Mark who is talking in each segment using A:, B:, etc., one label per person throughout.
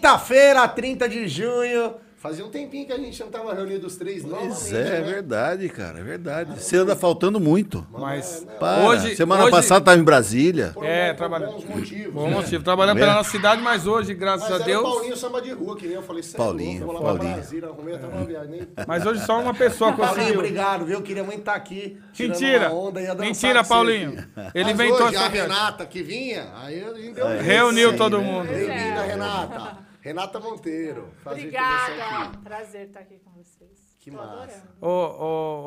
A: Quinta-feira, 30 de junho. Fazia um tempinho que a gente não tava reunido os três
B: Pois
A: novamente,
B: é, é
A: né?
B: verdade, cara, é verdade. Você anda faltando muito.
A: É,
C: Mas
A: né?
B: Para.
C: hoje.
B: Semana
C: hoje,
B: passada estava em Brasília.
A: Por
C: É,
A: por
C: trabalha-
A: bons motivos.
C: Bom
A: né?
C: motivo. Trabalhando
B: Tá
C: pela
B: vendo?
C: nossa cidade, mas hoje, graças
A: Mas
C: a
A: era
C: Deus.
A: o Paulinho samba de rua, que nem eu falei, "Cê é louco,
B: Paulinho,
A: eu vou lá pra
B: Paulinho.
A: Brasília, arrumei até
C: É.
A: uma viagem. nem-
C: Mas hoje só uma pessoa
A: Paulinho,
C: conseguiu.
A: obrigado, viu? Queria muito estar aqui. tirando
C: Mentira.
A: uma onda, ia dançar
C: Mentira,
A: com você
C: Paulinho.
A: aqui.
C: Ele
A: Mas
C: inventou
A: hoje, ah,
C: essa
A: a
C: viagem.
A: Renata que vinha, aí a gente deu um jeito.
C: Reuniu
B: É, Sim,
C: todo
B: né?
C: mundo.
A: Bem-vinda, Renata. Renata Monteiro. Prazer ter você aqui.
D: Obrigada! Prazer estar aqui com vocês.
A: Que
D: Tô
A: massa.
D: adorando.
C: Ô, ô, ô,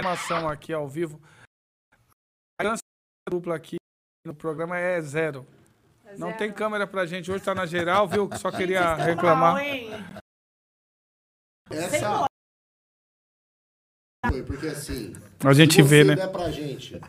C: informação aqui ao vivo. A chance dupla aqui no programa é zero.
D: Tá
C: Não
D: zero.
C: tem câmera pra gente hoje, tá na geral, viu? Só queria
D: Vocês tão mal,
C: reclamar.
D: hein?
A: Essa foi, porque assim.
C: A gente
A: se
C: vê,
A: você
C: né?
A: der pra gente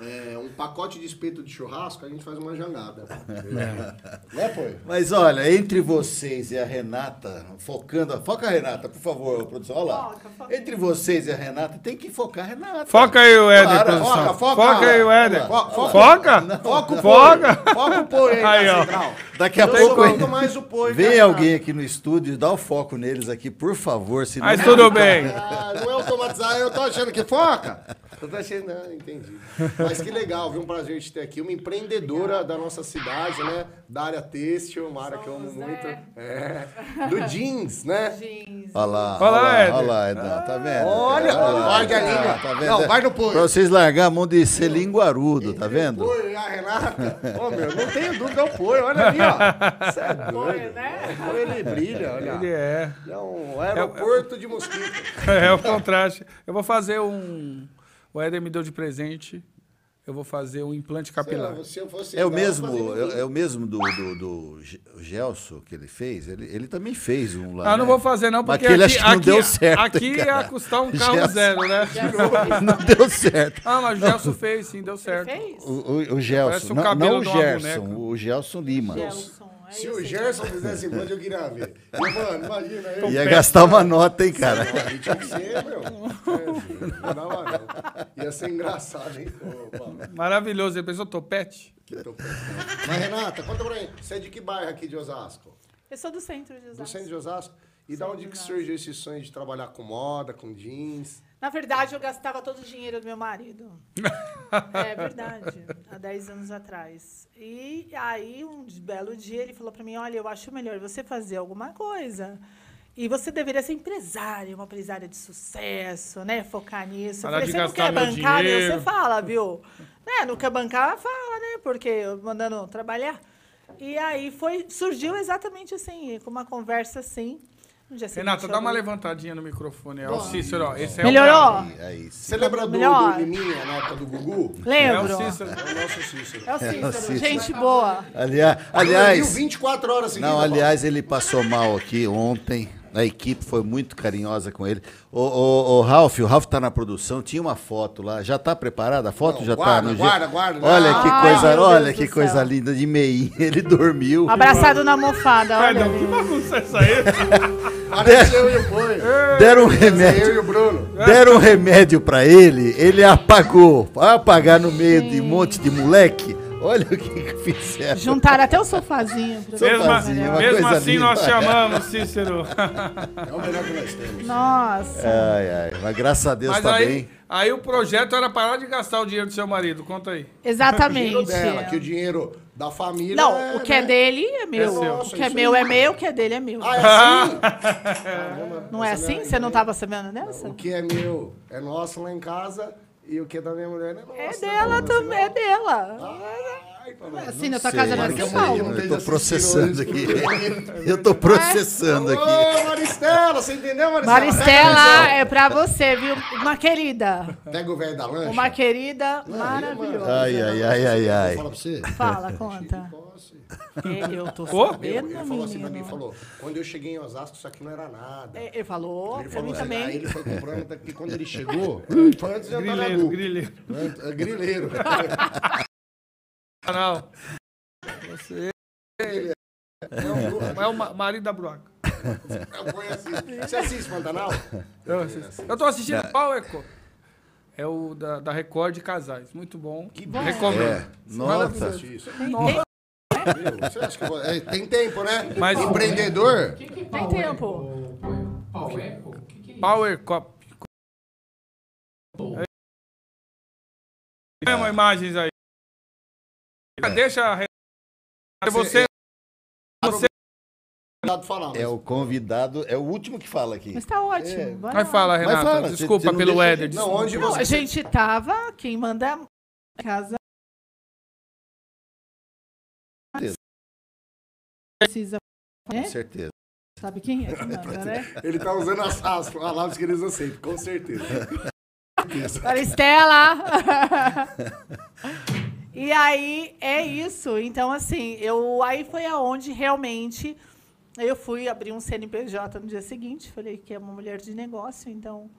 A: é, um pacote de espeto de churrasco, a gente faz uma jangada.
B: É.
A: Né, foi?
B: Mas olha, entre vocês e a Renata, focando. Foca a Renata, por favor, produção. Olha lá.
D: Foca, foca.
B: Entre vocês e a Renata, tem que focar a Renata.
C: Foca aí o Éder,
B: Para,
C: produção.
B: foca, foca.
C: Foca aí o Éder.
B: Olha lá, olha lá.
C: Foca?
A: Foca o
C: Foca.
A: boi. Foca o boi aí,
C: Aí,
A: na
C: ó.
A: central.
B: Daqui a
A: Eu sou
B: pouco.
A: muito mais o boi,
C: né,
B: Vem
A: cara.
B: alguém aqui no estúdio, dá o foco neles aqui, por favor. Senão
C: Mas tudo bem.
A: Ah, não é automatizar, eu tô achando que foca. Eu tô achando, não, entendi. Mas que legal, viu? Um prazer te ter aqui. Uma empreendedora da nossa cidade, né? Da área têxtil, uma área que eu amo
D: Somos,
A: muito.
D: né?
A: É. Do jeans, né?
D: Jeans.
B: Olha lá,
C: Olha lá,
B: olha lá,
C: Éder.
B: olha lá, Edão, tá vendo?
A: Olha,
B: Cara, lá,
A: morde a
B: tá,
A: língua.
B: Tá vendo?
A: Não, vai no punho.
B: Pra vocês largar a mão de ser linguarudo, tá vendo?
A: Pô, e a Renata. Ô, meu, não tenho dúvida, é o Poio. Olha ali, ó. Isso é
D: Foi,
A: doido.
D: né?
A: Pô, ele brilha, olha.
C: Ele é.
A: Ele é um aeroporto de mosquito.
C: É o contraste. Eu vou fazer um. O Éder me deu de presente. Eu vou fazer um implante capilar.
A: Se eu fosse
B: É o
A: dar, eu fazia um
B: mesmo,
A: ninguém.
B: é, é o mesmo do, do, do Ge- Gelson que ele fez. Ele, ele também fez um lá.
C: Ah, não
B: né?
C: vou fazer não,
B: Mas
C: porque
B: aquele
C: aqui,
B: acho que não
C: aqui,
B: deu certo,
C: aqui
B: hein,
C: ia
B: cara.
C: custar um carro
B: Gerson.
C: zero, né?
B: Não deu certo.
C: Ah, mas o Gelson fez, sim, deu certo.
D: Fez?
B: O, o, o Gelson,
C: Parece o
B: não,
C: cabelo
B: não o
C: de uma
B: Gerson,
C: boneca.
B: o Gelson Lima.
D: Gelson. É
A: Se
D: isso
A: o
D: aí.
A: Gerson fizesse implante, eu queria ver. E, Mano, imagina. Eu...
B: Ia gastar uma nota, hein, cara?
A: Aí tinha que ser, meu. É, não dava não. Ia ser engraçado, hein? Ô, Paulo,
C: Maravilhoso. Ele pensou topete?
A: que tô pensando. Mas, Renata, conta pra mim. Você é de que bairro aqui de Osasco?
D: Eu sou do centro de Osasco.
A: Do centro de Osasco? E da onde que surgiu esse sonho de trabalhar com moda, com jeans?
D: Na verdade, eu gastava todo o dinheiro do meu marido. é verdade, há 10 anos atrás. E aí, um belo dia, ele falou para mim: Olha, eu acho melhor você fazer alguma coisa. E você deveria ser empresária, uma empresária de sucesso, né? Focar nisso. Eu
C: Parar
D: falei,
C: de
D: você não
C: gastar
D: quer
C: meu
D: bancar, meu,
C: dinheiro."
D: você fala, viu? né? Não quer bancar, fala, né? Porque eu mandando trabalhar. E aí foi, surgiu exatamente assim, com uma conversa assim. No dia
C: Renata,
D: seguinte,
C: dá uma
D: eu-
C: levantadinha no microfone. Ó, o Cícero, ó. Esse é
D: Melhorou?
B: Aí, aí sim.
A: Você lembra do, do
D: Melhor.
A: Liminha, na época do Gugu?
C: O brabo.
D: Lembro.
C: é o Cícero.
A: O nosso Cícero.
D: É o Cícero.
B: Cícero.
D: Gente boa.
B: Aliás,
A: Dormiu
B: aliás,
A: 24 horas seguidas.
B: Não,
A: Paulo.
B: aliás, ele passou mal aqui ontem. A equipe foi muito carinhosa com ele. O, o, o Ralf, o Ralf tá na produção, tinha uma foto lá. Já tá preparada a foto?
A: Não,
B: já
A: guarda,
B: tá no
A: guarda,
B: jeito?
A: guarda.
B: Olha que
D: Ai,
B: coisa,
D: meu
B: olha
D: Deus
B: que
D: do
B: coisa
D: céu.
B: linda de meinha. Ele dormiu.
D: Abraçado na almofada, olha.
C: Perdão, que bagunça é essa aí?
A: Parece eu e o Boio.
B: Deram um
A: Eu
B: remédio.
A: e o Bruno.
B: Deram um remédio pra ele, ele apagou. Vai apagar no meio de um monte de moleque. Olha o que, que fizeram.
D: Juntaram até o sofazinho. pra
B: Mesmo-
D: vocês,
B: sofazinho,
D: né?
B: uma
C: Mesmo
B: coisa
C: assim, nós
B: linda.
C: te amamos, Cícero.
A: É o melhor que nós temos.
D: Nossa.
B: Ai, ai. Mas graças a Deus
C: Mas
B: tá
C: aí,
B: bem.
C: aí o projeto era parar de gastar o dinheiro do seu marido. Conta aí.
A: O
D: Exatamente.
A: dinheiro dela, que o dinheiro da família.
D: Não, o que é
A: né?
D: dele é meu.
A: seu.
D: o que é
A: Isso
D: meu
A: aí.
D: é meu, o que é dele é meu.
A: Ah, é assim?
D: não é assim? Você não tava sabendo
A: O
D: dessa?
A: que é meu é nosso lá em casa e o que é da minha mulher não é nosso.
D: É
A: né,
D: dela
A: mano?
D: também, é dela.
A: Ai, tá bom.
D: Assim, na tua
B: Sei,
D: casa não é
B: não
D: São
B: sei,
D: Paulo.
B: não. Eu
A: Vocês
B: tô
A: assistiram
B: processando
A: isso?
B: aqui. Eu tô processando aqui.
A: Ô, Maristela, você entendeu, Maristela?
D: Maristela, é pra você, viu? Uma querida.
A: Pega o velho da lancha.
D: Uma querida maravilhosa.
B: Ai, ai, ai, ai, ai.
A: Fala pra você.
D: Fala, conta.
A: Posse.
D: É, Eu tô
C: Ô,
A: Meu,
D: sabendo,
A: ele falou assim pra mim,
D: menino.
A: falou, quando eu cheguei em Osasco, isso aqui não era nada.
D: né? É, Ele falou,
A: Ele
D: pra
A: falou
D: mim
A: assim, Aí
D: também.
A: ele foi comprando, até que quando ele chegou, foi antes de andar na
C: Grileiro,
A: Lu.
C: grileiro.
A: É, é Grileiro.
C: Canal. Você é o ma- marido da Bruaca.
A: Eu conheço. Você assiste Pantanal?
C: Eu assisto. Eu tô assistindo qual, Eco? É o da, da Record de Casais. Muito bom. Que
D: bom.
C: Recomendo.
B: É, nossa.
A: Isso.
D: Tem- tem- né?
E: Meu, você acha que eu vou... é, tem tempo, né?
C: Mas-
E: Empreendedor?
F: Que que
D: Tem
F: é Power
A: né?
D: tempo.
F: Echo? Power Echo? O que que é
C: Power Cop. Temos imagens aí. Ah, Deixa. re- Você. Você.
E: Obrigado falar.
B: É o convidado, é o último que fala aqui.
D: Mas tá
A: É.
D: ótimo. Vai
C: Vai
D: lá.
C: falar,
B: Vai,
C: Renata.
B: fala,
C: Desculpa
B: você- você não
C: pelo
B: deixa-
C: Éder.
E: Não, onde
D: Não, a
E: você...
D: gente tava, quem manda é a casa.
B: Certeza.
D: Precisa, né?
B: Com certeza.
D: Sabe quem é que manda, né?
E: Ele tá usando as, as palavras que eles aceitam, com certeza.
D: Para Estela! e aí é isso. Então, assim, eu aí foi aonde realmente eu fui abrir um CNPJ no dia seguinte. Falei que é uma mulher de negócio, então.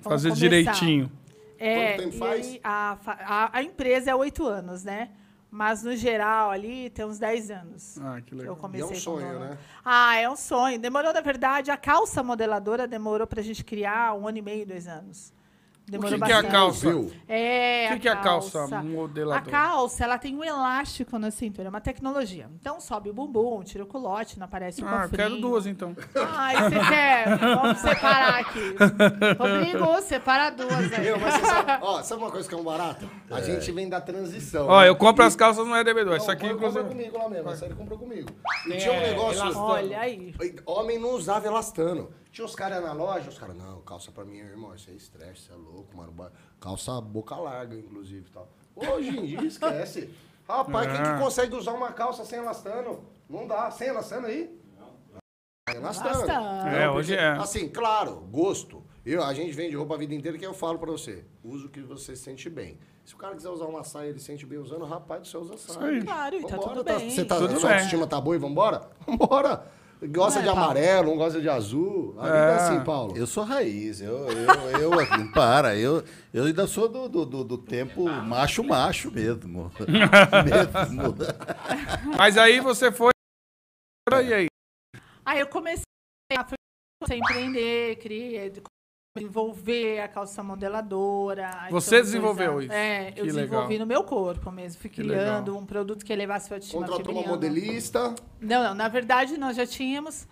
D: vamos
C: Fazer
D: começar.
C: direitinho.
E: Quanto
D: É,
E: tempo
D: e
E: faz?
D: aí a, fa- a, a empresa é oito anos, né? Mas no geral ali tem uns 10 anos.
C: Ah, que
D: Eu
C: legal.
E: E é
D: comecei
E: um
D: com
E: sonho,
D: dólar.
E: né?
D: Ah, é um sonho. Demorou, na verdade, a calça modeladora demorou pra gente criar um ano e meio, dois anos.
C: O
D: Demorou
C: que, que é
D: bastante.
C: a calça?
E: Viu?
D: É,
C: O que, que é a calça
D: A
C: modeladora?
D: calça, ela tem um elástico na cintura, é uma tecnologia. Então sobe o bumbum, tira o culote, não aparece o
C: Ah,
D: cofrinho.
C: quero duas então.
D: Ai, você quer? Vamos separar aqui. Rodrigo, separa duas aí.
E: Meu, mas você sabe, ó, sabe uma coisa que é um barato? A gente vem da transição.
C: Ó,
E: né?
C: eu compro as calças no RDB2.
E: Não,
C: Isso aqui,
E: foi- comprou
C: inclusive.
E: comigo lá mesmo, a série comprou comigo. E tinha um negócio.
D: Olha aí.
E: Homem não usava elastano. Tinha uns caras na loja, os caras, não, calça pra mim, irmão, isso é estresse, isso é louco, mano. ba- Calça boca larga, inclusive e tal. Hoje em dia, esquece. Rapaz, quem
C: É.
E: que consegue usar uma calça sem elastano? Não dá. Sem elastano aí? Não. Elastano.
D: Elastano.
C: É, hoje é.
E: Assim, claro, gosto. Eu, a gente vende roupa a vida inteira, que eu falo pra você. Usa o que você sente bem. Se o cara quiser usar uma saia, ele sente bem usando, rapaz, você usa saia.
C: aí.
D: Claro, e tá
E: Vambora,
D: tudo
E: tá-
D: bem. é
E: Você tá,
C: Tudo
E: sua
C: bem.
E: autoestima tá boa e vambora? Vambora. Gosta
D: Vai,
E: de
D: Paulo.
E: amarelo, um gosta de azul. A vida é assim, Paulo.
B: Eu sou raiz, eu, eu, eu aqui, para, eu, eu ainda sou do, do, do- do tempo macho-macho mesmo. mesmo.
C: Mas aí você foi. E aí?
D: Aí eu comecei a fui- comecei a empreender, criei, desenvolver a calça modeladora. aí
C: Você
D: foi uma
C: desenvolveu
D: coisa-
C: isso?
D: É,
C: Que
D: eu desenvolvi
C: legal.
D: no meu corpo mesmo. Fui
C: Que
D: criando
C: legal.
D: um produto que elevasse a autoestima
E: Contratou uma
D: feminina.
E: modelista.
D: Não, não. Na verdade, nós já tínhamos...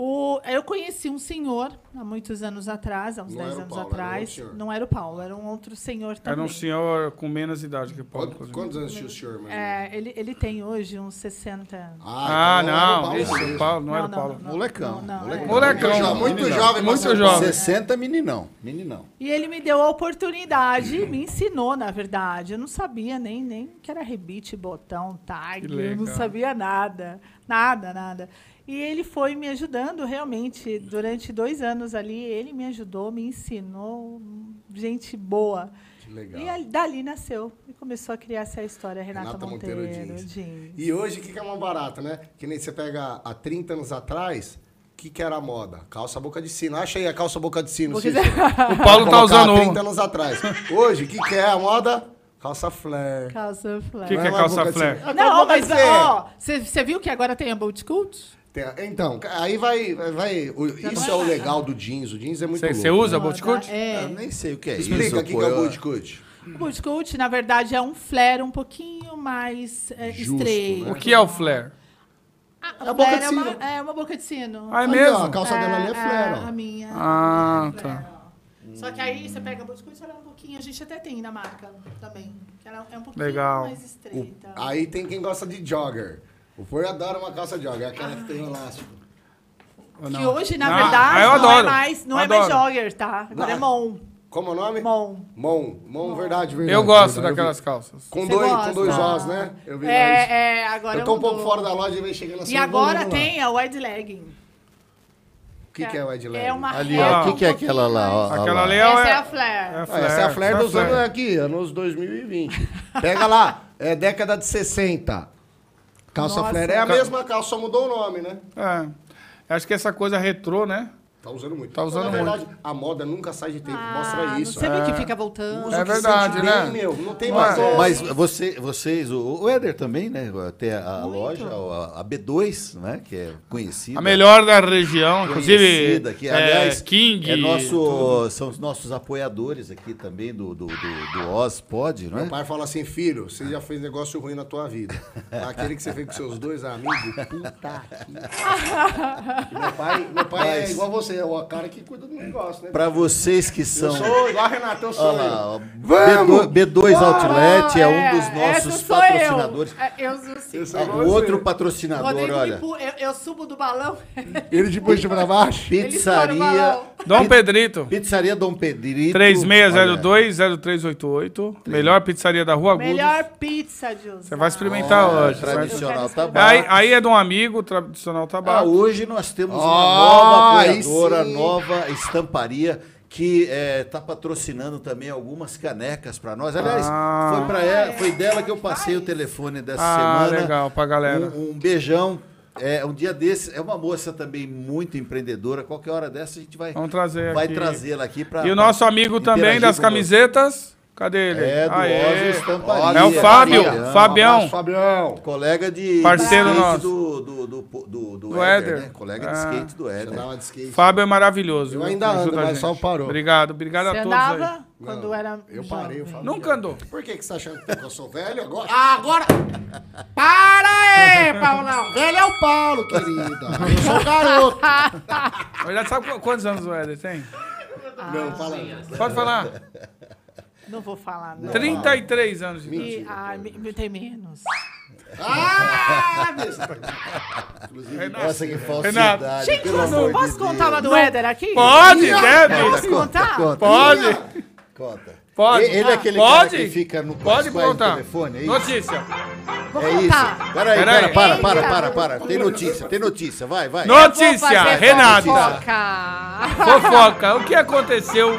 D: O, eu conheci um senhor há muitos anos atrás, há uns
E: Não
D: 10
E: era o
D: anos
E: Paulo, era outro
D: atrás.
E: senhor.
D: não era o Paulo, era um outro senhor também.
C: Era um senhor com menos idade que Paulo.
E: Quantos,
C: inclusive.
E: quantos anos tinha o senhor, mano?
D: É, ele, ele tem hoje uns 60
C: Ah,
E: então era o
C: não.
E: Paulo
C: Esse é
E: mesmo.
C: o Paulo, não era o
D: Não, não,
C: Paulo.
D: não, não.
B: Molecão.
D: Não, não,
B: molecão.
D: é.
C: Molecão.
E: Muito jovem, muito jovem,
C: Muito
E: Marcelo.
C: jovem.
B: 60 meninão, meninão.
D: E ele me deu a oportunidade, me ensinou, na verdade. Eu não sabia nem, nem que era rebite, botão, tag,
C: Que
D: eu não
C: legal.
D: sabia nada. Nada, nada. E ele foi me ajudando, realmente, durante dois anos ali. Ele me ajudou, me ensinou, gente boa.
E: Que legal.
D: E ali- dali nasceu e começou a criar essa história, Renata,
E: Renata
D: Monteiro,
E: Monteiro
D: jeans.
E: Jeans. E hoje, o que, que é mais barato, né? Que nem você pega há 30 anos atrás, o que, que era a moda? Calça boca de sino. Acha aí a calça boca de sino,
D: Porque-
E: Cícero.
C: O Paulo tá
E: Colocar
C: usando
E: há
C: um.
E: 30 anos atrás. Hoje, o que, que é a moda? Calça flare.
D: Calça flare.
C: Que que é
E: Não
C: calça
E: boca de
C: flare?
E: sino. Ah,
D: Não,
E: boca de
D: mas
E: sino.
D: ó, você viu que agora tem a Bolt Cult?
E: Tem a- Então, ca- aí vai. vai- vai o- isso é o legal do jeans. O jeans é muito
C: Você
E: louco.
C: você usa
D: Moda,
C: Botcut?
D: É.
B: Eu nem sei o que é isso.
E: Explica o que
B: pô,
E: que é o
B: eu-
E: boot cut.
D: O bootcut, na verdade, é um flare um pouquinho mais é,
E: Justo,
D: estreito.
E: né?
C: O que é o flare?
D: Ah,
E: É a
D: flare
E: boca de
D: é
E: sino.
D: Uma, é uma boca de sino.
C: Ah, é
E: Olha, ó,
C: mesmo?
E: A calça dela ali é flare,
D: A
E: ó.
D: minha.
C: Ah,
D: a minha é
C: tá.
D: flare, ó. Só que aí você pega a bootcut, ela é um pouquinho... A gente até tem na marca também. que Ela é um pouquinho
C: Legal.
D: mais estreita.
E: Aí tem quem gosta de jogger. O Foi adora uma calça jogger, é aquela que
D: Ah.
E: tem elástico.
C: Ou
D: Que
C: não?
D: hoje, na
C: Ah,
D: verdade,
C: ah, eu
D: não, é
C: adoro.
D: mais, não é
C: Adoro.
D: mais jogger, tá? Agora é
E: Ah.
D: mom.
E: Como é o nome?
D: Mom.
E: Mon. Mon, verdade, verdade.
C: Eu gosto
E: verdade.
C: daquelas calças.
E: Com
D: Você
E: dois,
D: gosta? Ah.
E: com dois Os, né? Eu vi lá isso.
D: É, é, agora
E: Eu tô um pouco
D: mudou.
E: fora da loja e vem chegando assim.
D: E
E: eu vou
D: agora
E: lá.
D: tem a wide legging.
E: O que, que é o Ed
D: É uma
B: Ali,
D: reta
B: ó,
C: Não.
B: o que, que é aquela lá? Ó, ó
C: Aquela
B: lá.
C: ali é,
D: Essa é a
C: é
D: flare.
E: Ah, essa é a flare
C: essa
E: dos anos aqui, anos 2020. Pega lá, é década de 60. Calça
D: Nossa.
E: flare é a mesma calça, só mudou o nome, né?
C: É. Acho que essa coisa retrô, né?
E: Tá usando muito.
C: Tá usando
E: Na verdade, a moda nunca sai de tempo. mostra isso.
G: Você vê
C: É.
B: Ah.
G: que fica voltando.
E: Usa o que sente
C: verdade, né?
E: bem, meu. Não tem
C: Mas-
E: mais. essa.
B: Mas você, vocês, o o Éder também, né? Tem a, a loja, a, a B2, né? Que é conhecida.
H: A melhor da região, inclusive.
B: conhecida, que,
H: é,
B: aliás,
H: King.
B: é nosso, são os nossos apoiadores aqui também do, do, do, do Oz Pod, não
E: Meu
B: é?
E: pai fala assim, filho, você já fez negócio ruim na tua vida. Aquele que você fez com seus dois amigos, puta que... meu pai, meu pai
B: Mas-
E: é igual você, é o cara que cuida do negócio, né?
B: Para vocês que são.
E: Eu sou igual a Renata, eu sou
B: Olha lá,
E: eu.
B: ó, B2, B2 Outlet é,
D: Ah,
B: um dos
G: essa
B: nossos
G: sou eu.
B: patrocinadores. Ah,
G: É, Eu, sou sim.
E: Eu sou igual
B: O
E: você.
B: outro patrocinador,
G: Rodrigo me
B: olha.
G: pu- eu, eu subo do balão.
E: Ele de puxa pra baixo.
G: Ele
B: Pizzaria.
G: estoura
C: Dom Pedrito.
B: Pizzaria Dom Pedrito.
C: é 3602-0388. Melhor pizzaria da Rua Agudos.
D: Melhor pizza, Júlio.
C: Você vai experimentar
B: Olha,
C: tá hoje. você vai-
B: É, Tradicional tá
D: Eu quero
C: Aí,
B: tabaco.
C: aí é de um amigo, tradicional
B: Ah,
C: tabaco.
B: hoje nós temos uma
E: Ah,
B: nova
E: aí
B: apoiadora,
E: sim.
B: nova estamparia que está patrocinando também algumas canecas para nós. Aliás,
C: Ah.
B: foi, pra ela, foi dela que eu passei o telefone dessa
C: Ah,
B: semana.
C: legal, pra galera.
B: Um, um beijão. É, um dia desse, é uma moça também muito empreendedora. Qualquer hora dessa a gente vai,
C: Vamos trazer
B: vai
C: aqui.
B: trazê-la aqui para.
C: e o nosso amigo também das camisetas. Cadê ele?
B: É, do
C: Aê.
B: Oz Estamparia.
C: É o Fábio.
B: Fabião.
C: Fabião.
E: Abraço, Fabião.
B: Colega de
C: Parceiro
B: de skate
C: nosso.
B: do, do, do, do, do
C: Do
B: Éder,
C: Éder.
B: né? Colega de
C: Ah.
B: skate do Éder.
E: Andava de skate.
C: Fábio é maravilhoso.
E: Eu
C: viu?
E: ainda
C: Ajuda
E: ando,
C: a
E: mas
C: gente.
B: um
E: só parou.
C: Obrigado, obrigado
D: Você
C: a todos aí.
D: andava quando era
E: Eu parei, eu
D: jovem?
E: falo.
C: Nunca andou.
E: Por que, que você tá achando que eu sou velho agora?
G: Ah, Agora. Para aí, Paulão.
E: Velho é o Paulo, querida. Eu sou garoto.
C: Na verdade, sabe qu- quantos anos o Éder tem?
E: Não, fala.
C: Pode falar.
D: Não vou falar, não.
C: 33 anos de idade.
D: E, ah, me, me tem menos.
E: Ah, besta.
B: Essa que
C: Renato.
B: falsidade.
D: Gente,
B: pelo
D: posso,
B: amor de
D: posso
B: Deus.
D: contar uma do
C: Não.
D: Éder aqui?
C: Pode, né,
B: Conta,
C: deve.
D: Posso
B: conta,
D: contar?
B: conta.
C: Pode,
B: Conta.
C: pode. Ah,
B: E- Ele é aquele
C: pode?
B: cara que fica no
C: Pode
B: com a escola de
C: contar.
B: telefone, é isso?
C: Notícia.
D: Vou
B: É
D: contar.
B: isso. Peraí,
C: Peraí.
B: pera, para, para,
D: Eita.
B: para, para. Tem notícia, tem notícia. Vai, vai.
C: Notícia, Renata.
B: Tá.
G: Renata.
C: Fofoca. O que aconteceu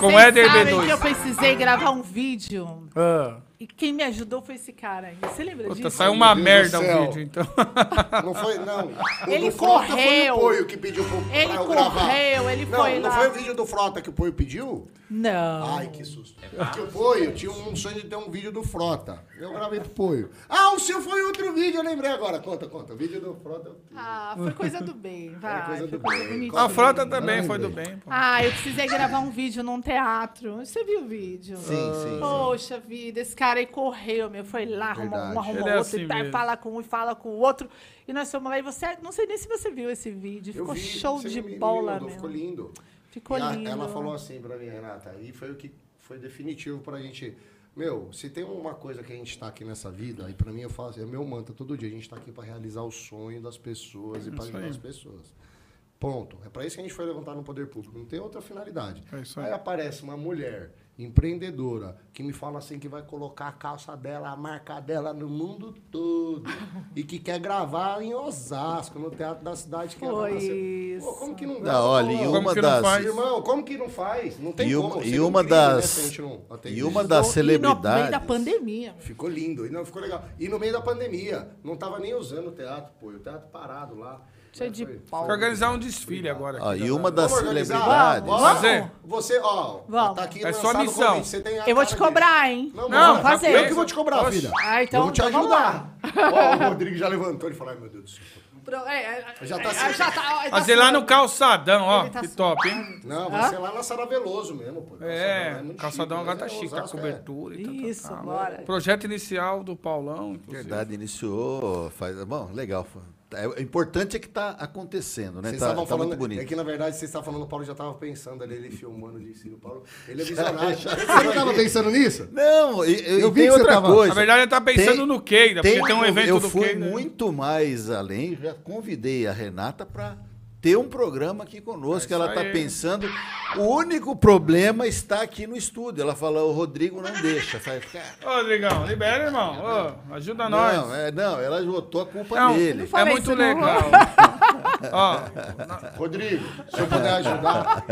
C: com o
D: Vocês
C: Éder
D: sabem que eu
C: B2?
D: precisei gravar um vídeo.
C: Ah,
D: E quem me ajudou foi esse cara aí. Você lembra
C: puta,
D: disso?
C: saiu uma
E: Deus
C: merda
E: do
C: o
E: céu.
C: vídeo, então.
E: Não foi, não. O
D: Ele
E: do Frota Foi
D: correu.
E: o Poio que pediu pro, pra
D: Ele
E: eu gravar.
D: correu, ele
E: Não,
D: foi
E: não
D: lá.
E: foi o vídeo do Frota que o Poio pediu?
D: Não.
E: Ai, que susto. Porque o Poio tinha um sonho de ter um vídeo do Frota. Eu gravei pro Poio. Ah, o seu foi outro vídeo, eu lembrei agora. Conta, conta. O vídeo do Frota.
D: Ah, foi coisa do bem, vai.
E: É coisa
D: foi
E: do
D: coisa
E: bem.
D: bonitinha.
C: A Ah, frota tá- também foi do bem. pô.
D: Ah, eu precisei gravar um vídeo num teatro. Você viu o vídeo?
B: Sim, sim.
D: Poxa vida, esse cara aí correu, meu. Foi lá, arrumou
E: Verdade.
D: um, arrumou
C: Ele é
D: outro,
C: assim
D: e tá,
C: mesmo.
D: fala com um e fala com o outro. E nós fomos lá e você. Não sei nem se você viu esse vídeo.
E: Eu
D: Ficou
E: vi,
D: show
E: você
D: de
E: me- me
D: bola,
E: mandou,
D: meu. Ficou,
E: Ficou lindo. E a-
D: lindo.
E: Ela falou assim pra mim, Renata, e foi o que foi definitivo pra gente. Meu, se tem uma coisa que a gente tá aqui nessa vida, e pra mim eu faço, é meu mantra todo dia, a gente tá aqui pra realizar o sonho das pessoas e pra ajudar as pessoas. Ponto. É pra isso que a gente foi levantar no poder público, não tem outra finalidade.
C: É isso aí.
E: aí. aparece uma mulher empreendedora que me fala assim que vai colocar a calça dela, a marca dela no mundo todo e que quer gravar em Osasco, no Teatro da Cidade que
D: Foi
E: ela nasceu.
D: isso.
E: Pô, como que não
B: Não, olha, e
E: Como
C: Como
B: uma
C: que não
B: das.
C: faz?
E: Irmão, como que não faz? Não tem
B: E uma-
E: como.
B: e
E: Seria
B: uma
E: incrível, né,
B: das-
E: se a gente não atender
B: E uma
E: isso.
B: das
D: No meio da
B: celebridades.
D: pandemia. meu.
E: Ficou lindo. E não, ficou legal. E no meio da pandemia, não tava nem usando o teatro, pô. O teatro parado lá.
D: Cheio
E: Mas
D: é de
E: foi-
D: pau.
C: Tem que organizar um desfile agora.
B: Ah,
C: aqui
B: e
C: da-
B: uma
C: da-
B: das
E: Vamos organizar?
B: celebridades.
E: Vamos?
C: Fazer.
E: Você, ó,
D: Vamos.
E: tá aqui
C: É só
E: lançado o
C: missão.
E: convite, você tem a
D: Eu vou te
E: cara
D: cobrar, hein?
E: Não,
C: Não,
E: não,
C: fazer.
E: Eu que vou te cobrar, filha.
D: Ah, então-
E: eu vou te
D: então vamos
E: ajudar. Ó, o Rodrigo já levantou ele falou, ai meu Deus do céu.
D: Pro- é, é, é,
E: Já tá
D: é,
E: assim.
D: já tá- ó, tá
C: Fazer lá
D: assim,
C: no calçadão, ó.
D: Ele tá
C: Que
D: suado.
C: top, hein?
E: Não, você lá na Sara Veloso mesmo, pô.
C: É,
E: muito
C: calçadão
E: chique,
C: agora
E: mas
C: tá
E: é
C: chique, tá
E: Osasco, é.
C: cobertura e tal, tal,
D: Isso,
C: tal.
D: bora.
C: Projeto inicial do Paulão, inclusive.
B: Verdade, iniciou. Faz... Bom, legal. É, O importante é que tá acontecendo, né?
E: Vocês
B: Tá,
E: estavam
B: tá
E: falando,
B: muito bonito.
E: É que na verdade vocês estavam falando, o Paulo já estava pensando ali, ele filmando de si. O Paulo, ele é visionário. Você não estava pensando nisso?
B: Não, e, eu,
E: Eu vi
B: tem
E: que você
B: outra
E: tava-
B: coisa.
C: Na verdade, ele tá pensando
B: Tem-
C: no Keida,
B: Tem,
C: porque tem um evento
B: eu
C: do
B: fui
C: Keida.
B: muito mais além, já convidei a Renata para ter um programa aqui conosco.
C: É
B: ela
C: isso
B: está
C: aí.
B: pensando. O único problema está aqui no estúdio. Ela fala, o Rodrigo não deixa. Faz, cara,
C: Ô, Rodrigão, libera, irmão. Ô, ajuda nós.
B: não, é, não, ela botou a culpa
C: Não,
B: nele.
C: É
D: falei
C: muito
D: isso, não.
C: legal. Ó,
E: Rodrigo, se eu puder ajudar.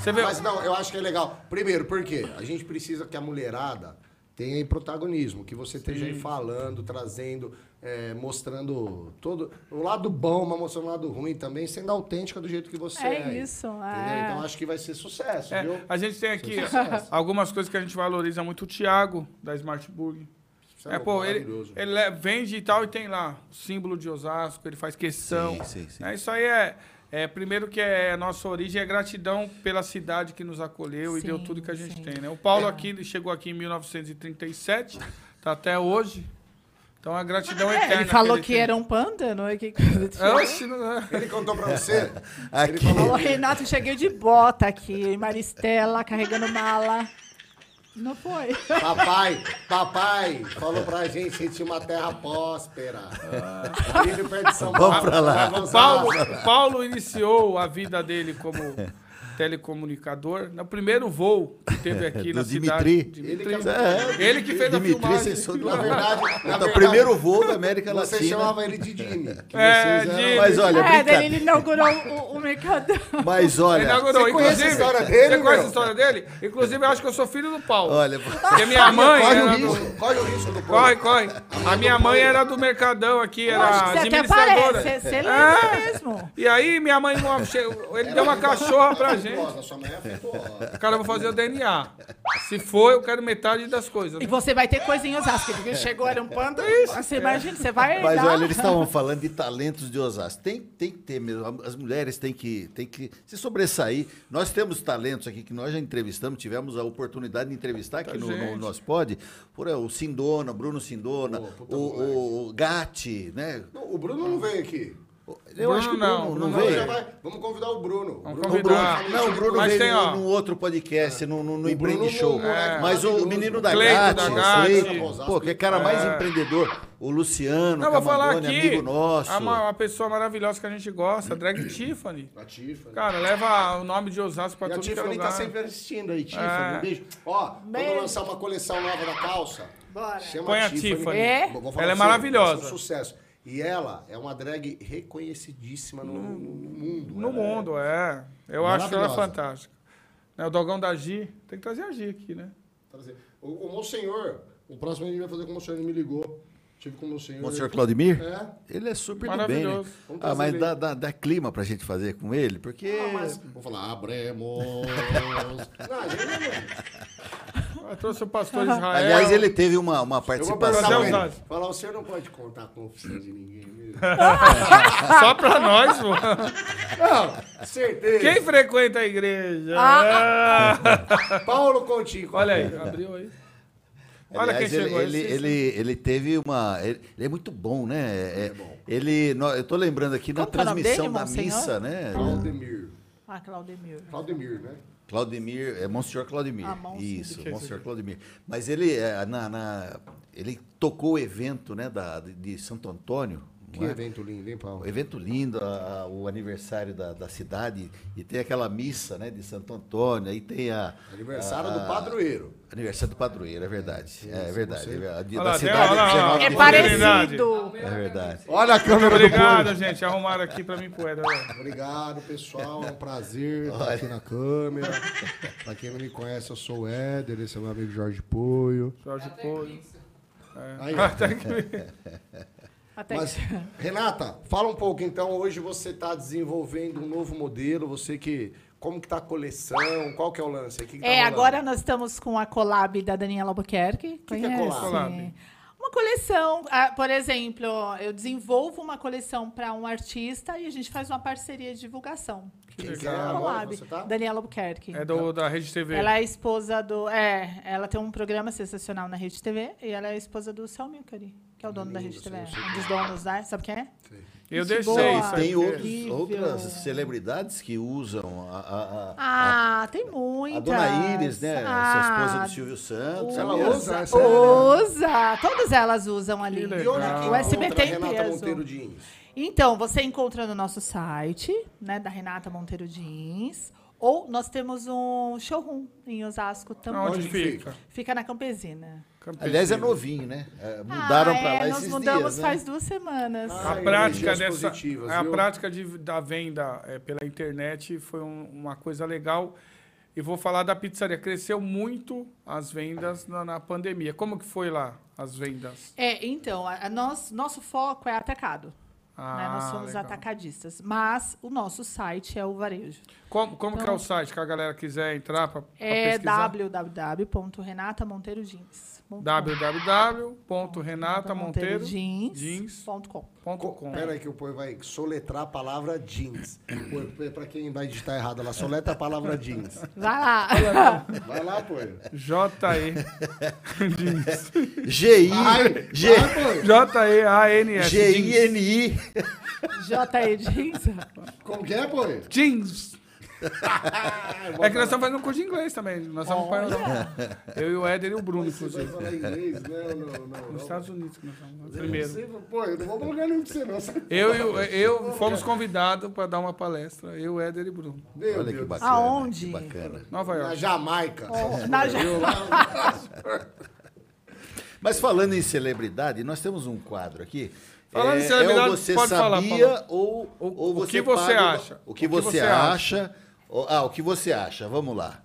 C: você vê.
E: Mas não, eu acho que é legal. Primeiro, por quê? A gente precisa que a mulherada tem aí protagonismo, que você esteja aí falando, trazendo, é, mostrando todo o lado bom, mas mostrando o lado ruim também, sendo autêntica do jeito que você é.
D: É isso,
E: Entendeu?
D: é.
E: Então acho que vai ser sucesso,
C: É,
E: viu?
C: a gente tem aqui
E: Sucesso.
C: algumas coisas que a gente valoriza muito. O Thiago, da Smartburg.
E: Isso
C: É, pô, ele,
E: maravilhoso.
C: ele le- vende e tal e tem lá o símbolo de Osasco, ele faz questão.
B: Sim, sim, sim.
C: É, isso aí é, é, primeiro que é a nossa origem, é gratidão pela cidade que nos acolheu e
D: Sim,
C: deu tudo que a gente
D: sim.
C: tem, né? O Paulo aqui, ele chegou aqui em 1937, tá até hoje. Então a gratidão
D: É,
C: eterna.
D: ele falou
C: ele
D: que
C: tem.
D: era um pântano. e Que... que-
C: Oxe, não é.
E: Ele contou pra você?
B: Aqui.
D: Ô, Renato, cheguei de bota aqui, em Maristela, carregando mala. Não foi?
E: Papai, papai, falou pra gente que tinha uma terra próspera. Livre perto de São
B: Ah. Vamos
E: Paulo.
B: pra lá.
E: Vamos
C: Paulo,
E: lá.
C: Paulo iniciou a vida dele como telecomunicador no primeiro voo que teve aqui
B: Do
C: na
B: Dimitri.
C: cidade.
E: É, Ele
C: Dimitri. É,
E: que- é,
C: Ele que fez a
B: é, Dimitri,
C: filmagem.
B: sensor do
E: Na verdade, na
B: Então,
E: verdade,
B: primeiro voo da América
E: você
B: Latina.
E: chamava ele de Dini. que
C: É,
E: vocês eram-
C: Dini.
B: Mas olha,
D: é, daí ele
B: brincadeira.
D: inaugurou o, o mercadão.
B: Mas
C: Ele
B: olha,
C: inaugurou,
E: você conhece
C: inclusive.
E: a história dele,
C: você conhece a
E: meu?
C: história dele? Inclusive, eu acho que eu sou filho do Paulo.
B: olha,
C: Porque minha mãe.
E: Corre o
C: era do-
E: risco, corre o risco do povo.
C: né? Corre, corre. A minha mãe era do Mercadão aqui,
D: Eu acho que
C: era
D: você até
C: administradora. Ah.
D: parece, você lembra mesmo.
C: E aí, minha mãe, uma- che- ele deu
E: um
C: uma cachorra pra gente.
E: Nossa, sua mãe é afetuosa.
C: Cara, eu vou fazer o DNA. Se for, eu quero metade das coisas.
D: E
C: né?
D: você vai ter coisa em Osasco, porque chegou, era um pântano. Você imagina, você vai
B: Mas
D: herdar.
B: olha, eles estavam falando de talentos de Osasco. Tem, tem que ter mesmo. As mulheres têm que, têm que se sobressair. Nós temos talentos aqui que nós já entrevistamos, tivemos a oportunidade de entrevistar aqui no, no
C: gente.
B: Nós Pod. Por, aí, o Sindona, o Bruno Sindona,
E: Pô, puta
B: o, o, o Gatti, né?
E: Não, O Bruno não veio aqui.
B: Eu acho que o Bruno
C: não,
B: não,
C: Bruno não
E: Então
B: veio.
E: já vai- Vamos convidar o Bruno.
C: Vamos
E: Bruno-
B: O Bruno,
C: Ah,
B: não, o Bruno
C: mas
B: veio
C: tem,
B: num-
C: ó.
B: num outro podcast, num, num, num
E: Bruno
B: empreende show.
E: é um moleque
B: Mas o
E: maravilhoso.
B: menino da
C: Cleito
B: Gatti,
C: da Gatti.
B: Cleito, pô, que é cara mais
C: É.
B: empreendedor. O Luciano,
C: Não,
B: o
C: vou falar
B: Camandone,
C: aqui.
B: amigo nosso.
C: há Uma, uma pessoa maravilhosa que a gente gosta, a Drag Tiffany.
E: A Tiffany.
C: Cara, leva o nome de Osasco pra
E: E a
C: tudo que é
E: Tiffany
C: lugar.
E: tá sempre assistindo aí, Tiffany.
C: É.
E: Um beijo. Ó,
D: Beijo.
E: vamos lançar uma coleção nova da calça.
D: Bora.
E: Chama
C: Põe a Tiffany.
D: É?
E: Vou- vou
C: Ela é
E: pra você,
C: maravilhosa.
E: vai ser Um sucesso. E ela é uma drag reconhecidíssima no, no- no mundo.
C: Hum. No
B: né?
E: Ela é-
C: mundo, é. Eu acho ela
E: Maravilhosa.
C: fantástica. Né, O Dogão da Gi. Tem que trazer a Gi aqui, né?
E: Trazer. O, o Monsenhor, o próximo a gente vai fazer com o Monsenhor, ele me ligou. Tive com o Monsenhor.
B: O senhor Claudemir?
E: É.
D: Ah,
B: Ele é super do bem, né?
C: Maravilhoso.
E: Vamos
B: Ah,
E: trazer
B: mas
E: ele.
B: dá, dá, dá clima pra gente fazer com ele, porque...
E: Vou falar, abremos. Não, é. a gente não-
C: Eu trouxe o pastor Israel.
B: Aliás, ele teve uma, uma
E: Eu vou
B: participação.
E: perguntar pra
C: Zé
E: ele.
C: Osasco.
E: Falar, o senhor não pode contar com a oficina de ninguém mesmo.
C: Só pra nós, mano.
E: Não, certeza.
C: Quem frequenta a igreja?
D: Ah.
E: Paulo Coutinho.
C: Olha aí, abriu aí. Olha
B: Aliás,
C: quem
B: ele,
C: chegou aí,
B: ele,
C: sim, sim.
B: ele, ele teve uma. Ele, ele é muito bom, né? É, Ele, nó- eu tô lembrando aqui na
D: Qual que é o nome
B: transmissão
D: dele,
B: da
D: Monsenhor?
B: missa, né?
E: Claudemir.
D: Ah, Claudemir.
E: Claudemir, né?
B: Claudemir, é Monsenhor Claudemir.
D: Ah, Monsenhor.
B: Isso, Monsenhor Claudemir. Mas ele, é, na, na- ele tocou o evento né, da, de- de Santo Antônio. não
E: Que
B: é?
E: evento lindo, hein, Paulo?
B: Um evento lindo, a- a- o aniversário da, da cidade, e tem aquela missa né, de Santo Antônio, aí tem a.
E: É Aniversário
B: a-
E: do padroeiro.
B: Aniversário do padroeiro, é verdade. É, é verdade. É verdade.
C: Olha
B: da
C: lá, tem-
B: cidade
C: olha lá,
B: é 19
C: olha
D: É
B: de
C: lá.
B: fevereiro.
D: parecido.
B: É verdade.
E: Olha a câmera
C: Obrigado, gente. Arrumaram aqui pra mim é poeira. olha.
E: Obrigado, pessoal. É um prazer estar aqui na câmera. pra quem não me conhece, eu sou o Éder, esse é meu amigo Jorge Poio.
C: Jorge
D: Tá
C: É. Tá Pouso.
E: Aí, ó.
D: Até
E: Mas,
D: que...
E: Renata, fala um pouco então. Hoje você está desenvolvendo um novo modelo. Você que. Como que tá a coleção? Qual que é o lance? O que que tá
D: É,
E: rolando?
D: agora nós estamos com a collab da Daniela Albuquerque.
E: que é
D: Conhece?
C: collab?
D: Uma coleção, ah, por exemplo, eu desenvolvo uma coleção para um artista e a gente faz uma parceria de divulgação.
E: Quem que é
C: legal.
E: agora
D: Collab,
E: que você tá?
D: Daniela Albuquerque.
C: É do, da Rede TV.
D: Ela é esposa do. É, ela tem um programa sensacional na Rede TV e ela é esposa do Sal Milcari, que é o dono da Rede TV. Um dos donos, né? Sabe quem é?
C: Eu
D: Gente
C: deixei
D: boa.
C: isso aí.
B: Tem outros,
D: incrível.
B: outras celebridades que usam a. a- a-
D: Ah, tem
B: a
D: muitas.
B: dona Iris, né?
D: Ah,
B: Essa esposa do Silvio Santos.
E: Ela
B: aliás.
E: usa essa.
D: Usa! Todas elas usam ali.
C: legal.
E: E onde que
D: O SBT
E: encontra a
D: em
E: Renata
D: peso.
E: Monteiro Jeans?
D: Então, você encontra no nosso site, né, da Renata Monteiro Jeans, ou nós temos um showroom em Osasco também.
C: Onde
E: Onde
C: fica?
D: Fica na Campesina.
C: Campesina.
B: Aliás, é novinho, né? É, Mudaram
D: Ah,
B: pra
D: é,
B: lá
D: nós
B: esses
D: mudamos
B: dias. né?
D: faz duas semanas.
C: A
E: Ai,
C: prática
E: energias
C: dessa,
E: positivas,
C: a
E: viu?
C: prática de- da venda é, pela internet foi um- uma coisa legal E vou falar da pizzaria. Cresceu muito as vendas na, na pandemia. Como que foi lá as vendas?
D: É, então, a- a nós, nosso foco é atacado. né? Nós somos
C: Ah, legal.
D: atacadistas. Mas o nosso site é o varejo.
C: Como, como que é o site que a galera quiser entrar para
D: Então É
C: pesquisar?
D: www.renatamonteirojins.com.
C: jeans.
D: www.renatamonteirojins.com.
E: Co-
C: www.renatamonteiro.com.
E: Pera aí que o povo vai soletrar a palavra jeans. Pô, Pra quem vai digitar errado, ela soleta a palavra jeans.
D: Vai lá.
E: Vai lá, pô.
C: J-E. jeans.
B: GI.
E: Ai,
B: G-
E: Vai,
C: J-E-A-N-S. jeans.
B: GINI.
D: J.E. Jeans.
E: pô. Como que é, pô?
C: Jeans. é que nós estamos fazendo um curso de inglês também. Nós estamos fazendo- Eu e o Éder e o Bruno,
E: Você vai
C: inclusive.
E: falar inglês? Não, não, não.
C: Nos
E: não.
C: Estados Unidos que nós estamos. Primeiro.
E: Você- Pô, eu não vou pra lugar nenhum pra você, não.
C: Eu, e o- eu fomos convidados para dar uma palestra, eu, Éder e Bruno.
E: Meu
B: Olha que
E: Deus.
B: bacana.
D: Aonde?
B: Que bacana.
C: Nova
E: Na
C: York.
E: Jamaica.
D: Na Ja-
E: Eu lá-
B: Mas falando em celebridade, nós temos um quadro aqui.
C: Falando em
B: é,
C: celebridade,
B: é o você
C: pode falar,
B: sabia
C: Paulo.
B: ou,
C: O-
B: ou
C: o
B: você
C: que você
B: paga-
C: acha?
B: O que, você, acha? ou- ah, o que você acha? Vamos lá.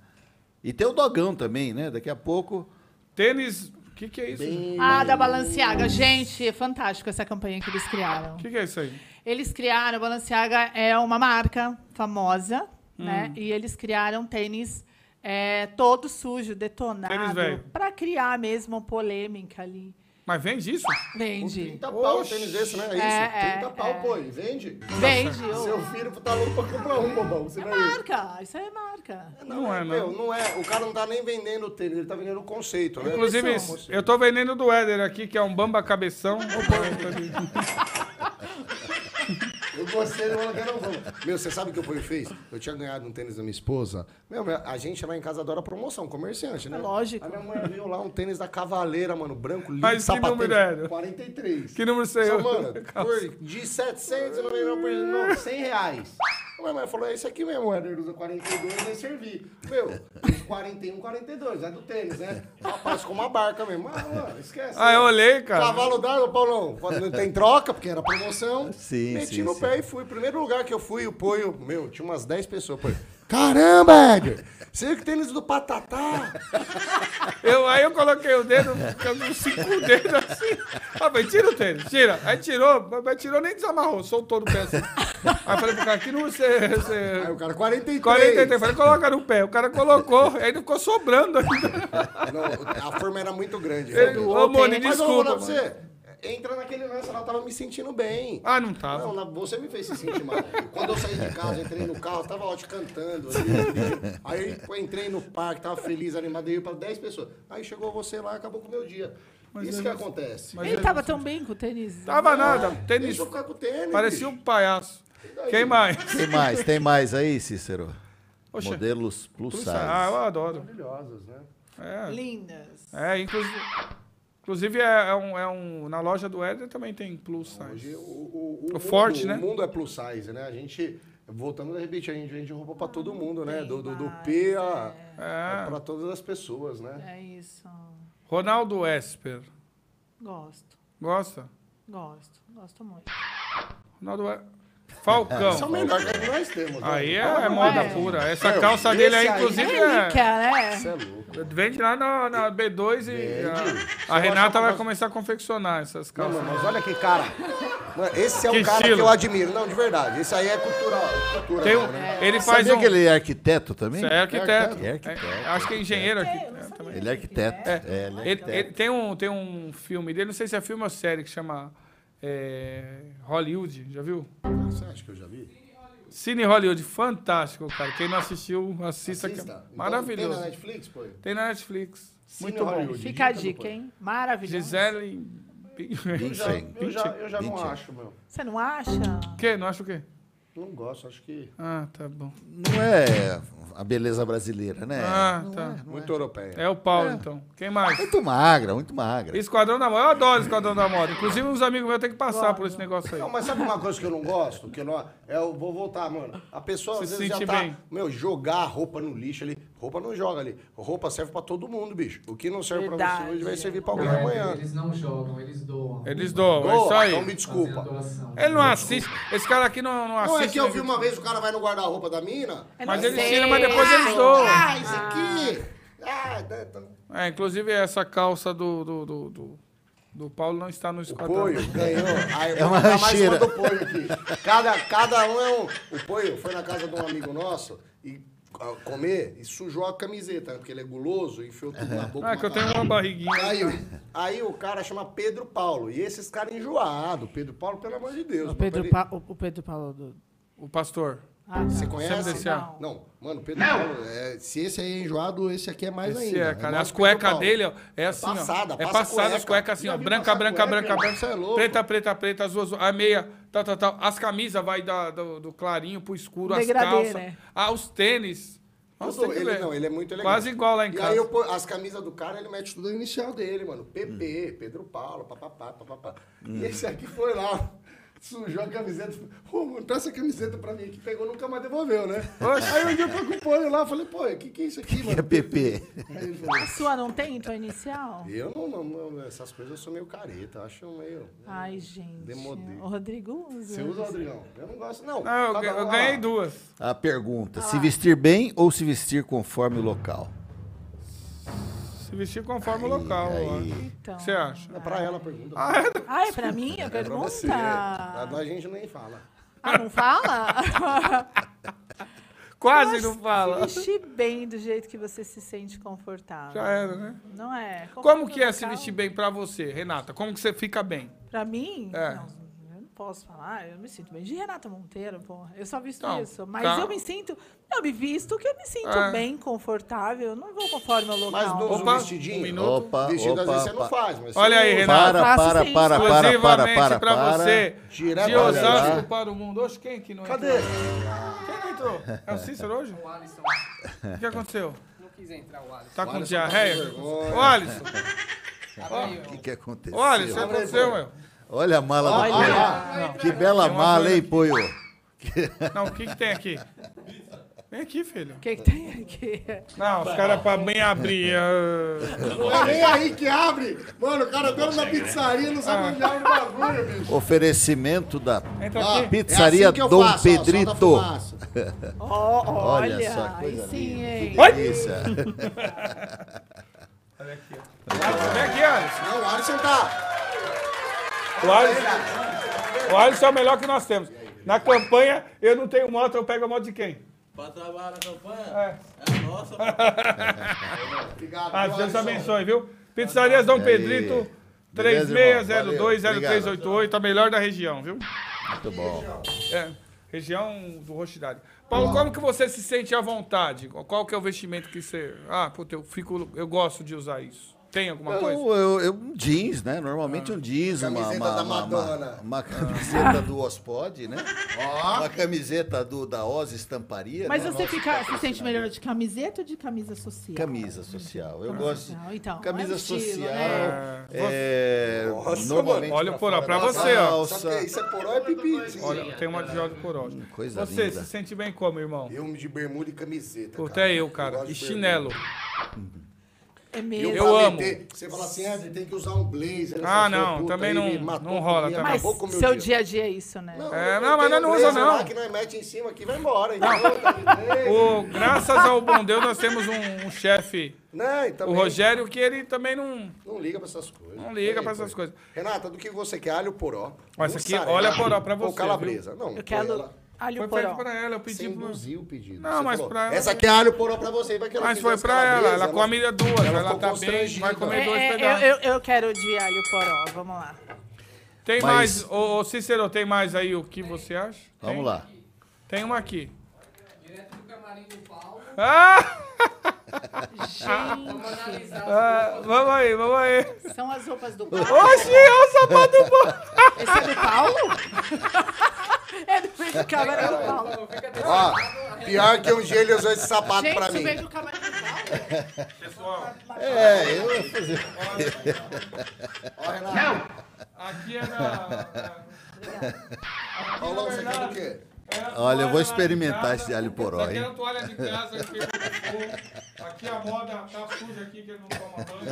B: E tem o dogão também, né? Daqui a pouco.
C: Tênis. O que, que é isso? O
D: Ah, da Balenciaga. Gente, é fantástico essa campanha que eles criaram.
C: que, que é isso aí?
D: Eles criaram, a Balenciaga é uma marca famosa,
C: Hum.
D: né? E eles criaram tênis é, todo sujo,
C: Tênis
D: detonado,
C: velho.
D: para criar mesmo polêmica ali.
C: Mas vende isso?
D: Vende.
E: 30 pau o tênis desse, né? É isso?
D: É,
E: 30 pau, pô. E vende?
D: Vende.
E: Seu
D: ô.
E: filho tá louco pra comprar um, bobão. Você
D: É
E: não é
D: marca, isso aí é marca.
C: Não, é, não.
E: Meu, não é. O cara não tá nem vendendo o tênis, ele tá vendendo o conceito, né?
C: Inclusive,
E: Moço.
C: eu tô vendendo do Éder aqui, que é um bamba cabeção. Vou pôr um pra mim.
E: Eu gostei, eu falei, não vamos. Meu, você sabe o que o Poio fez? Eu tinha ganhado um tênis da minha esposa. Meu, meu, a gente lá em casa adora promoção, comerciante, né?
D: É lógico.
E: A minha mãe viu lá um tênis da Cavaleira, mano, branco, lindo,
C: Mas que
E: sapateiro.
C: número era?
E: 43.
C: Que número você é?
E: Só,
C: eu?
E: mano, por, de 700, eu não lembro por não, 100 reais. A minha mãe falou, é esse aqui mesmo, Éder usa 42, vai servir. Meu, 41, 42, é do tênis, né? Rapaz, com uma barca mesmo. Ah, mano, esquece.
C: Ah, eu olhei, cara.
E: Cavalo dado, Paulão. Não tem troca, porque era promoção.
B: Sim,
E: Meti
B: sim,
E: no
B: sim.
E: pé e fui. Primeiro lugar que eu fui, o Poio, meu, tinha umas 10 pessoas. Poio. Caramba, Edgar! Você viu que tênis do Patatá?
C: Eu, aí eu coloquei o dedo, ficando cinco dedos assim. Ah, mas tira o tênis, tira. Aí tirou, mas- mas tirou nem desamarrou, soltou no pé assim. Aí eu falei pro cara, que número você. você...
E: Aí o cara, 43.
C: 43, eu falei, coloca no pé. O cara colocou, aí ainda ficou sobrando ainda.
E: Não, a forma era muito grande.
C: Ele,
E: realmente.
C: ô, Moni,
E: Mas eu
C: desculpa.
E: vou falar pra você. Entra naquele lance, ela tava me sentindo bem.
C: Ah, não tava.
E: Não, na- você me fez se sentir mal. Quando eu saí de casa, entrei no carro, tava ótimo cantando. ali. Aí eu entrei no parque, tava feliz, animado, eu ia pra 10 pessoas. Aí chegou você lá, acabou com o meu dia. Isso que acontece.
C: é
E: Ah,
C: Mas
D: Ele tava tão bem com o tênis.
C: Tava nada, tênis.
E: Deixa eu ficar com o tênis.
C: Parecia
E: bicho.
C: um palhaço. Quem mais?
B: Tem mais, tem mais aí, Cícero.
C: Oxe.
B: Modelos plus size.
C: Ah, eu adoro.
E: Maravilhosos, né?
C: É,
D: Lindas.
C: é inclusive. Inclusive, é, é um, é um- na loja do Éder também tem plus size.
E: Hoje o, o,
C: um O forte,
E: mundo,
C: né?
E: O mundo é plus size, né? A gente, voltando a repetir, a gente vende roupa pra todo mundo, né? Do, do, do P a,
C: É.
E: a- pra todas as pessoas, né?
D: É isso.
C: Ronaldo Esper.
D: Gosto.
C: Gosta?
D: Gosto. Gosto muito.
C: Ronaldo Esper. Falcão.
E: São melhor que nós temos. um né?
C: É. Aí é, é moda
D: é.
C: pura. Essa
E: Meu,
C: calça dele aí,
E: esse aí-
D: É
C: inclusive, é,
D: rica, né?
E: Isso é louco.
C: vende lá na, na B2 e a, a Renata vai começar a confeccionar essas
E: Não,
C: calças.
E: mano, mas olha que cara. Mano, esse é o
C: Que
E: cara
C: estilo.
E: que eu admiro. Não, de verdade. Esse aí é cultural. cultural
C: Tem um-
E: né?
C: ele faz
B: Sabia
C: um...
B: que ele é arquiteto também?
C: É arquiteto.
B: É arquiteto.
C: É, acho que é engenheiro aqui. É, também.
B: Ele é arquiteto. É, ele é
C: Ele-
B: arquiteto.
C: ele tem, um, tem um filme dele, não sei se é filme ou série, que chama é, Hollywood, já viu?
E: Você acha que eu já vi?
C: Cine Hollywood, fantástico, cara. Quem não assistiu, assista. que é
E: Assista. Então,
C: maravilhoso.
E: Tem na Netflix, pô?
C: tem na Netflix.
E: Cine
D: Muito bom.
E: Hollywood,
D: Fica a
E: é do
D: dica,
E: pai.
D: hein? Maravilhoso.
C: Gisele...
E: Eu já,
B: Vincent.
E: eu já, eu já não
B: Vincent.
E: acho, meu.
D: Você não acha?
C: O quê? Não acho o quê?
E: Não gosto, acho que.
C: Ah, tá bom.
B: Não é a beleza brasileira, né?
C: Ah,
B: Não
C: tá.
B: é, não é.
E: Muito europeia.
C: É o Paulo, então. Quem mais?
B: Muito magra, muito magra.
C: Esquadrão da Moda. Eu adoro Esquadrão da Moda. Inclusive, uns amigos meus têm que passar por esse negócio
E: Não,
C: aí.
E: mas sabe uma coisa que eu não gosto? Que eu, não, eu vou voltar, mano. A pessoa
C: Se
E: às vezes já
C: sente
E: tá,
C: bem.
E: meu, jogar a roupa no lixo ali. Roupa não joga ali. Roupa serve pra todo mundo, bicho. O que não serve pra
D: Verdade,
E: você hoje vai
D: é.
E: servir pra alguém
F: Não,
E: amanhã.
F: Eles não jogam, eles doam.
C: Eles doam, é
E: Doa,
C: isso aí.
E: Então me desculpa.
F: Fazem a doação.
C: Ele não assiste. Esse cara aqui não, não assiste.
E: Não é que eu
C: né?
E: vi uma vez o cara vai no guarda-roupa da mina.
D: Eu
C: Mas
D: É não
C: ele
D: sei.
C: tira, mas depois eles doam.
E: Ah, isso aqui. Ah, tá- tá-
C: É, inclusive essa calça do, do, do, do, do Paulo não está no
E: O
C: esquadrão.
E: Poio ganhou. Aí,
B: É uma
E: vou dar mais
B: rancheira.
E: uma do Poio aqui. Cada, cada um é um. O Poio foi na casa de um amigo nosso e ah, comer e sujou a camiseta, né? porque ele é guloso, enfiou tudo na boca.
C: Ah, que eu tenho um uma
E: macarrão.
C: barriguinha.
E: Aí, aí o cara chama Pedro Paulo. E esses caras enjoados. Pedro Paulo, pelo amor de Deus.
G: O
E: mano,
G: Pedro,
E: peraí.
G: Pa- o- o Pedro Paulo do...
C: O pastor.
D: Ah, tá.
E: Você
C: Sempre
E: conhece?
C: desse ar.
E: Não, mano, Pedro Paulo, é, se esse aí é enjoado, esse aqui é mais
C: Esse
E: ainda.
C: é, cara.
E: mais
C: as
E: Pedro
C: cuecas
E: Paulo.
C: dele, ó, é assim, ó.
E: passada,
C: É
E: passa
C: passada as
E: cueca.
C: cuecas assim,
E: Já
C: ó.
E: vi
C: Branca,
E: passar
C: branca,
E: cueca,
C: branca,
E: irmão,
C: branca.
E: cê é louco.
C: Preta, preta, preta, as duas. A meia, tal, tal, tal. As camisas vai da, do, do clarinho pro escuro, as
D: Degradê,
C: calças.
D: né?
C: Ah, os tênis. Nossa,
E: Tudo,
C: tem que
E: ele,
C: ver.
E: não, ele é muito elegante.
C: Quase igual lá em
E: e
C: casa.
E: aí eu pô- as camisas do cara, ele mete tudo a inicial dele, mano. PP, Pedro Paulo, papapá, papapá. E esse
C: Hum.
E: aqui foi lá, sujou a camiseta. Ô, mano, presta essa camiseta pra mim que pegou, nunca mais devolveu, né? Aí um dia eu fui com o Pônio lá, falei, pô, o que que é isso aqui,
B: É
E: mano?
B: PP.
E: Aí ele falou,
D: A sua não tem tua inicial?
E: eu não, não, não, essas coisas eu sou meio careta, acho meio...
D: Ai, gente.
E: Demodê.
D: O Rodrigo usa.
E: Você usa, Rodrigão? Eu não gosto, não.
C: Não, eu,
E: Cada
C: ga- eu
E: um,
C: ganhei
E: ah,
C: duas.
B: A pergunta: se vestir bem ou se vestir conforme o local?
C: Se vestir conforme o local. ó. O
D: Então.
C: que você acha?
E: É pra ela a pergunta.
D: Ah, é pra mim a
E: é pra
D: pergunta?
E: você. Pra nós a gente nem fala.
D: Ah, não fala?
C: Quase não fala.
D: Se vestir bem do jeito que você se sente confortável.
C: Já era, né?
D: Não é?
C: Como
D: Confortável
C: que é se
D: local?
C: vestir bem pra você, Renata? Como que você fica bem?
D: Pra mim?
C: É.
D: Não, eu não posso falar. Eu me sinto bem. De Renata Monteiro, porra. Eu só visto
C: Então,
D: isso. Mas
C: tá.
D: eu me sinto... Eu me visto que eu me sinto
C: É.
D: bem, confortável. Eu não vou conforme o local.
E: Mas não usa
C: Opa,
E: um
C: um
E: vestidinho.
C: minuto.
B: Opa,
E: Vestido às vezes você
B: opa,
E: não
B: opa.
E: faz, mas você
C: Olha aí,
E: usa.
C: Renato.
B: Para,
D: faço
B: para, para,
D: sim.
B: para, para,
C: Exclusivamente
B: para,
C: pra
B: para.
C: você.
E: Direto
C: de
E: para
C: Osasco
B: lá.
C: para o mundo. Hoje quem que não
E: Cadê?
C: entrou? Quem não entrou? É o Cícero hoje?
F: O Alisson,
C: O que aconteceu?
F: não quis entrar o Alisson.
C: Tá com
E: Alisson tá
C: diarreia?
E: com vergonha.
C: Ô, Alisson.
F: Abre aí,
B: O que,
F: ó.
B: que aconteceu?
C: Ô, Alisson, o que
E: Abre aí,
C: aconteceu,
E: pô.
C: meu?
B: Olha a mala do
E: Olha.
B: Poio. Que bela mala, hein, Poio?
C: Não, o que que tem aqui? Vem aqui, filho.
D: O que, que tem aqui?
C: Não, os caras pra bem abrir. ah.
E: Não é nem aí que abre. Mano, o cara dono da pizzaria não sabe onde abre o bagulho, bicho.
B: Oferecimento da
C: Entra
E: Ó,
C: aqui.
B: Pizzaria
E: É assim que eu
B: Dom
E: faço, ó, solta
B: Pedrito.
E: a fumaça.
D: Ó,
B: Olha
D: olha,
B: só, que coisa
D: aí sim, hein?
C: Oi?
B: polícia.
C: Vem aqui, Alisson.
E: Não, o Alisson tá.
C: O Alisson, o Alisson é o melhor que nós temos. Na campanha, eu não tenho moto, eu pego a moto de quem?
I: Pra trabalhar na campanha?
C: É.
I: É nossa, pô.
E: Obrigado.
C: Ah,
E: viu,
C: Deus
E: Alisson?
C: abençoe, viu? Pizzarias Dom
B: aí.
C: Pedrito,
B: Beleza, irmão? Valeu,
C: 36020388, a melhor da região, viu?
B: Muito bom.
C: É, região do Roxidade. Paulo, como que você se sente à vontade? Qual que é o vestimento que você... Ah, puta, eu, fico, eu gosto de usar isso. Tem alguma coisa?
B: Eu, eu, eu- um jeans, né?
D: Ah.
B: Normalmente um jeans, uma,
E: Camiseta
B: uma,
E: da
B: uma-
E: Madonna. Ah.
B: uma, uma camiseta do Ospod, né? Uma camiseta do, da Oz Estamparia.
D: Mas
B: né?
D: você
B: Nossa,
D: fica, se sente melhor de camiseta ou de camisa social?
B: Camisa social. Eu gosto.
D: social, então,
B: camisa
D: é um estilo,
B: social.
D: né?
B: É,
E: Nossa,
B: normalmente
C: mano. Olha o
B: pra
C: porão, pra
B: fora da
C: você, ó.
E: Sabe o que é?
B: calça.
E: Isso é poró, é pipi. sim.
C: Olha, tem uma de Jorge Corolla.
E: Hum,
B: coisa
C: você
B: linda.
C: se sente bem como, irmão?
E: Eu de bermuda e camiseta.
C: Puta, é eu, cara.
E: gosto
C: E
E: de
C: chinelo.
D: É
E: bermuda.
D: mesmo.
C: Eu
E: pra
C: amo.
E: meter, Você fala assim, ah, você tem que usar um blazer. essa
C: Ah,
E: sua
C: não,
E: puta
C: também
E: aí,
C: não-
E: me matou
C: não rola
E: comigo,
C: também.
D: Mas
E: acabou com o meu
D: seu dia a dia é isso, né?
C: É,
E: eu
C: não, mas
E: tenho
C: nós não usa,
E: blazer lá
C: não.
E: Que nós mete em cima aqui, vai embora. Então, tá de
C: O, graças ao bom Deus, nós temos um, um chefe,
E: Não, Né, e
C: o
E: também-
C: Rogério, que ele também não...
E: Não liga pra essas coisas.
C: Não liga
E: Aí,
C: pra essas
E: pô.
C: coisas.
E: Renata, do que você quer? Alho poró.
C: Ó, essa aqui, é
E: mussarela
C: olha poró pra
E: Ou
C: você,
E: calabresa. Não,
D: Eu
E: põe
D: quero
E: ela
D: alho
C: Foi feito
D: poró.
C: pra ela, eu
E: Sem
C: pedi pra...
E: induzir o pedido.
C: Não, mas pra ela-
E: Essa aqui é alho poró pra você. Vai que ela
C: Mas
E: fez
C: foi
E: as
C: pra ela,
E: calabresas,
C: ela come duas, ela,
E: ficou
C: tá bem, vai
E: constrangida.
C: comer
D: É,
C: dois
D: é,
C: pedaços.
D: eu, eu, eu quero de alho poró, vamos lá.
C: Tem
B: Mas-
C: mais, ô, ô, Cícero, tem mais aí o que você acha? Tem?
B: Vamos lá.
C: Tem uma aqui.
F: Direto do camarim do Paulo.
C: Ah,
D: Gente,
F: Vamos analisar.
C: ah, vamos aí, vamos aí.
D: são as roupas do Paulo.
C: Oxi, é o sapato bom.
D: Esse é do Paulo? é do meio do câmera do Paulo.
E: Ó, pior que um dia ele usou esse sapato
D: Gente,
E: pra
D: isso
E: mim.
D: veio do câmera do Paulo?
B: É, eu ia fazer.
E: Ó, Renata,
C: Aqui é na...
E: ó, Lão, você quer do quê? Tá
B: Olha, eu vou experimentar esse alho poró,
C: Aqui é
B: hein?
C: a toalha de casa que eu Aqui a moda tá suja aqui que ele não toma banho.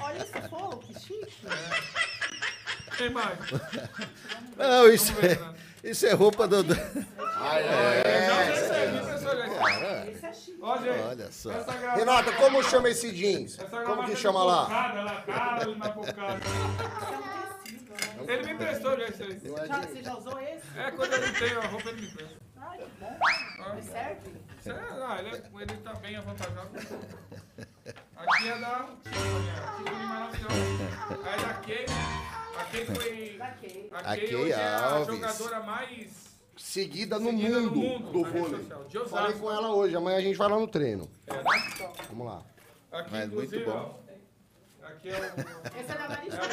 D: Ó, Olha esse fogo, que chique.
C: Tem mais.
B: Não, isso
C: Vamos ver, né?
B: é, isso é roupa do. do-
C: Eu já percebi, professor. Olha,
D: Esse é chique.
C: gente.
B: É. Olha só.
C: Essa garrafa-
E: Renata, como chama esse jeans?
C: essa é
E: Como
C: garrafa
E: que
C: de
E: chama lá?
C: cocada, ela cara, ele na cocada. Ele me emprestou, já, excelência.
D: é um Já, você já usou esse?
C: É, quando ele tem a roupa, ele me empresta.
D: Ai, que bom. Mas serve?
C: Isso é- ah, ele, é- ele tá bem avantajado. Aqui é da Aí da Kay. A Kay foi.
D: Ok.
C: A
B: A
C: Kay
B: Kay
C: hoje é a
B: Alves.
C: jogadora mais
E: Seguida no
C: seguida
E: mundo,
C: no mundo
E: do
C: na rede
E: vôlei.
C: social, de Osasco.
E: Falei com ela hoje, amanhã a gente vai lá no treino.
C: É, né?
E: Vamos lá.
C: Aqui,
B: Mas muito
C: inclusive,
B: bom.
C: ó, Aqui é o. né?
D: Esse é da Maristela.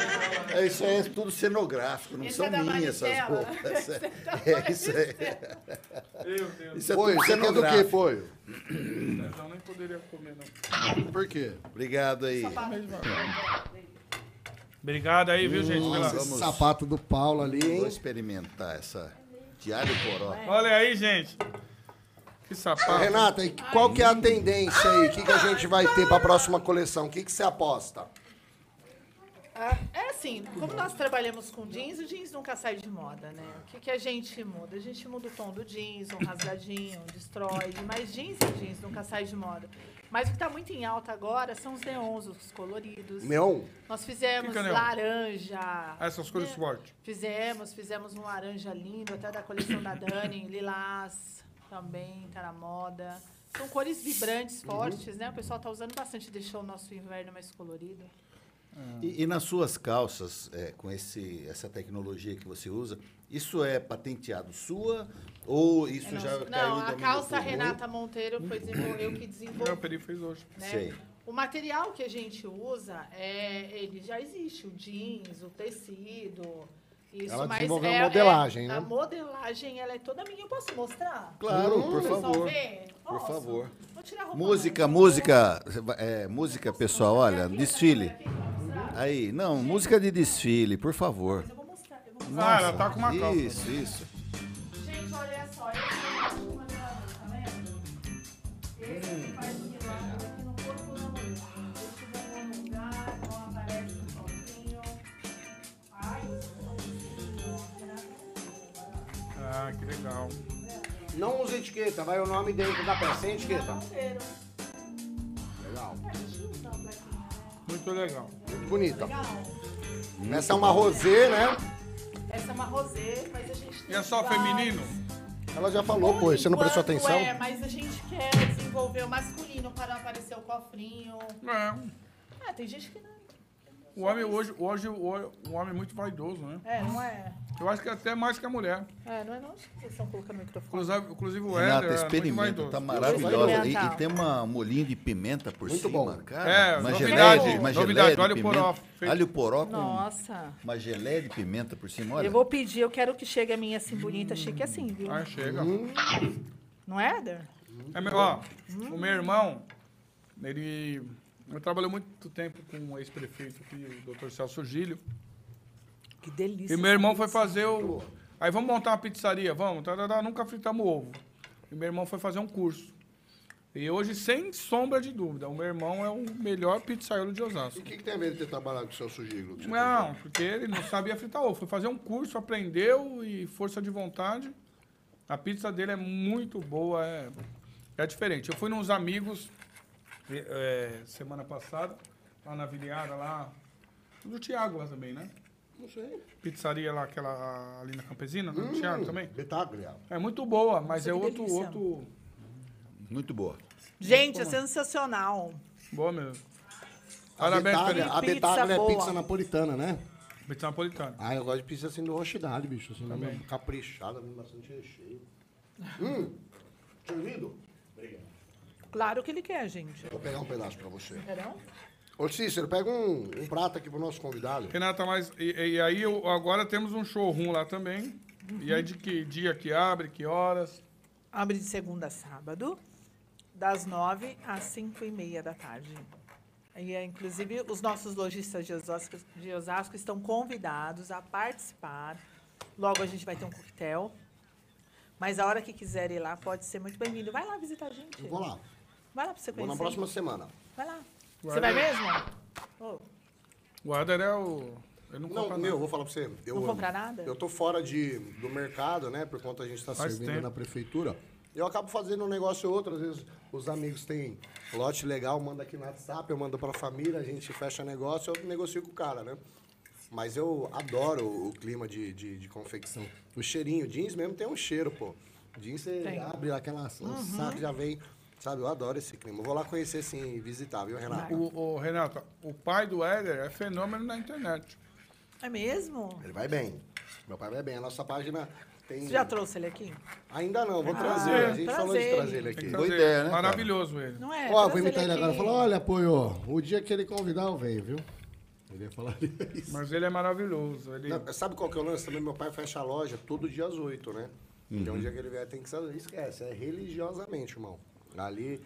B: É, isso aí é tudo cenográfico, não
D: Esse
B: são
D: é da
B: minhas essas
D: Maristela.
B: roupas. É, isso é,
C: Meu Deus,
B: isso é
E: Foi,
B: tudo
E: você quer do que,
B: cenográfico.
E: foi?
C: eu nem poderia comer, não.
E: Por quê?
B: Obrigado aí.
C: Obrigado aí, viu, gente? pela-
E: Nossa, esse
B: Vamos-
E: sapato do Paulo ali,
B: Vou
E: hein?
B: experimentar essa de alho poró.
D: É.
C: Olha aí, gente. Que
E: Ô,
C: sapato.
E: Ah, Renata, e qual que é a tendência aí? O que, que a gente vai ter pra próxima coleção? O que, que você aposta?
D: Ah, É assim, como nós trabalhamos com jeans, o jeans nunca sai de moda, né? O que, que a gente muda? A gente muda o tom do jeans, um rasgadinho, um destroide, mas jeans é jeans, nunca sai de moda. Mas o que tá muito em alta agora são os neons, os coloridos.
E: Neon?
D: Nós fizemos
C: Que que é neon?
D: laranja.
C: Ah, essas cores
D: né?
C: fortes.
D: Fizemos, fizemos um laranja lindo, até da coleção da Dani, lilás também, tá na moda. São cores vibrantes, fortes, né? O pessoal tá usando bastante, deixou o nosso inverno mais colorido.
B: E, e nas suas calças, é, com esse, essa tecnologia que você usa, isso é patenteado sua ou isso
D: É
B: já
D: nosso.
B: caiu
D: Não,
B: em
D: a
B: domínio
D: calça
B: público?
D: Renata Monteiro foi desenvol- eu que
C: Meu
D: desenvolvi.
C: peri fez hoje.
D: né?
B: Sei.
D: O material que a gente usa, é, ele já existe, o jeans, o tecido. Isso,
E: Ela
D: mas
E: desenvolveu
D: é-
E: a modelagem,
D: é-
E: né?
D: A modelagem, ela é toda minha. Eu posso mostrar?
B: Claro, por
D: Pra o pessoal
B: favor.
D: ver?
B: Por
D: Posso?
B: favor.
D: Vou tirar a roupa
B: Música,
D: mais.
B: música, é, música, pessoal, olha,
D: Aqui,
B: desfile.
D: aqui, pra mostrar.
B: Aí, não, música de desfile, por favor.
D: Mas eu vou mostrar, eu vou
C: Ah,
D: mostrar.
C: ela tá com uma calça.
B: Isso, isso.
D: Gente, olha só, eu tenho uma grana, tá vendo? Esse
E: Hum.
D: aqui faz um milagre aqui no corpo da mulher. Eu estiver num lugar, não aparece um pouquinho. Ai,
C: Ah, que legal.
E: Não usa etiqueta, vai o nome dentro da peça, sem etiqueta.
D: inteiro.
E: Legal,
C: Muito legal.
E: muito bonita.
D: Legal.
E: Essa é uma rosê, né?
D: Essa é uma rosé, mas a gente tem
C: E é só
D: várias.
C: feminino?
E: Ela já falou,
D: Por
E: pô, você não prestou
D: enquanto
E: atenção?
D: É, mas a gente quer desenvolver o masculino para aparecer o cofrinho.
C: É.
D: Ah, tem gente que não.
C: O homem hoje, hoje o o homem é muito vaidoso, né?
D: É, não é?
C: Eu acho que até mais que a mulher.
D: É, não é não? Acho que Vocês estão colocando o microfone.
C: Inclusive, inclusive o Éder
B: Renata,
C: é muito
B: experimenta,
C: vaidoso.
B: tá maravilhosa. E,
D: experimentar.
B: e tem uma um molhinho de pimenta por
E: Muito
B: cima,
E: bom.
B: cara.
C: É,
B: uma
C: novidade,
B: geleia de- uma
C: novidade,
B: geleia de
C: olha o
B: pimenta.
C: poró feito-
B: Alho poró com
D: Nossa.
B: uma geleia de pimenta por cima, olha.
D: Eu vou pedir, eu quero que chegue a minha assim bonita,
E: Hum.
D: chique assim, viu?
C: Ah, chega.
D: Não é, Eder?
C: É, meu- ó, o meu irmão, ele, eu trabalhei muito tempo com o ex-prefeito aqui, o Dr. Celso Gílio.
D: Que delícia.
C: E meu irmão foi fazer o. Aí vamos montar uma pizzaria, vamos. tarará, nunca fritamos ovo. E meu irmão foi fazer um curso. E hoje, sem sombra de dúvida, o meu irmão é o melhor pizzaiolo de Osasco.
E: que, tem a ver de ter trabalhado com o seu sugiro?
C: Não, porque ele não sabia fritar ovo. Foi fazer um curso, aprendeu e força de vontade. A pizza dele é muito boa, é, é diferente. Eu fui nos amigos e- é, semana passada, lá na Viliara, lá. Do Thiago lá também, né?
E: Não sei.
C: Pizzaria lá, aquela ali na Campesina, né? do Thiago também.
E: Betaglia.
C: É muito boa, mas
D: Nossa,
C: é
D: que
C: outro,
D: delícia.
C: outro.
B: Muito boa.
D: Gente, é sensacional.
C: Boa mesmo.
E: A
C: Parabéns
E: Betaglia,
C: pela
E: a
D: pizza
E: Betaglia é
D: boa.
E: pizza napolitana, né?
C: pizza napolitana.
E: Ah, eu gosto de pizza assim do rochidade, bicho. Assim,
C: Também.
E: mesmo, caprichada, mesmo bastante recheio. Hum, servido? Obrigado.
D: Claro que ele quer, gente.
E: Vou pegar um pedaço pra você.
D: Verão?
E: Ô Cícero, pega um, um prato aqui pro nosso convidado.
C: Renata, mas tá e, e aí eu- agora temos um showroom lá também. E aí de que dia que abre, que horas?
D: Abre de segunda a sábado, das nove às cinco e meia da tarde. E, é, inclusive, os nossos lojistas de Osasco, de Osasco estão convidados a participar. Logo a gente vai ter um coquetel Mas a hora que quiser ir lá, pode ser muito bem-vindo. Vai lá visitar a gente.
E: Eu vou lá.
D: Vai lá pra você
E: Vou
D: conhecer.
E: na próxima semana.
D: Vai lá.
C: Vai
D: Você vai
C: lá.
D: mesmo? Oh, Ô,
C: Guarda é o. Eu não,
E: Não,
C: compro
E: meu,
C: meu.
E: vou falar pra você. Eu,
D: Não compra nada?
E: Eu tô fora de, do mercado, né? Por conta a gente tá
C: Faz
E: servindo
C: tempo.
E: na prefeitura. Eu acabo fazendo um negócio ou outro. Às vezes os amigos têm lote legal, manda aqui no WhatsApp, eu mando pra família, a gente fecha negócio, eu negocio com o cara, né? Mas eu adoro o, o clima de, de, de confecção. O cheirinho, jeans mesmo tem um cheiro, pô. Jeans você
D: Tem. Uhum.
E: abre aquela o saco, já vem. Sabe, eu adoro esse clima. Eu vou lá conhecer, sim, e visitar, viu, Renato?
C: O, o Renato, o pai do Éder é fenômeno na internet.
D: É mesmo?
E: Ele vai bem. Meu pai vai bem. A nossa página tem...
D: Você já trouxe ele aqui?
E: Ainda não,
C: Ah,
E: vou trazer. A gente
D: trazer
E: falou de
D: ele.
E: trazer ele aqui.
C: Tem que
B: Boa
C: fazer.
B: ideia, né, cara?
C: Maravilhoso ele.
D: Não é?
E: Ó,
D: Traz
E: vou imitar ele
D: aqui.
E: agora. Falar, olha, apoio, o dia que ele convidar, eu venho, viu? Ele ia falar isso.
C: Mas ele é maravilhoso. Ele...
E: Não, sabe qual que é o lance também? Meu pai fecha a loja todo dia às 8, né? Então, o dia que ele vier, tem que saber. Esquece, é religiosamente, irmão. Ali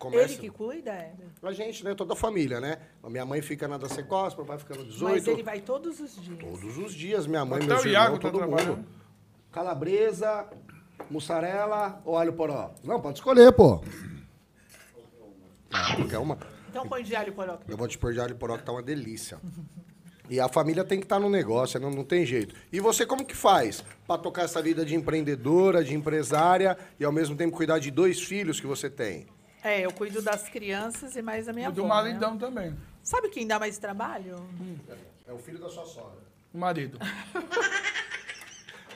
E: começa...
D: Ele que cuida, é.
E: A gente, né? Toda a família, né? Minha mãe fica na da Secos, meu pai fica no 18.
D: Mas ele vai todos os dias.
E: Todos os dias, minha mãe,
C: Até
E: meus
C: o Iago
E: irmãos,
C: tá
E: todo mundo.
C: trabalhando.
E: Calabresa, mussarela ou alho poró? Não, pode escolher, pô. Ah, Qualquer uma.
D: Então põe de alho poró.
E: Eu vou te pôr de alho poró, que tá uma delícia. E a família tem que estar no negócio, não, não tem jeito. E você como que faz pra tocar essa vida de empreendedora, de empresária e ao mesmo tempo cuidar de dois filhos que você tem?
D: É, eu cuido das crianças e mais da minha
C: E é do
D: avó. né?
C: maridão também.
D: Sabe quem dá mais trabalho?
E: É o filho da sua sogra.
C: O marido.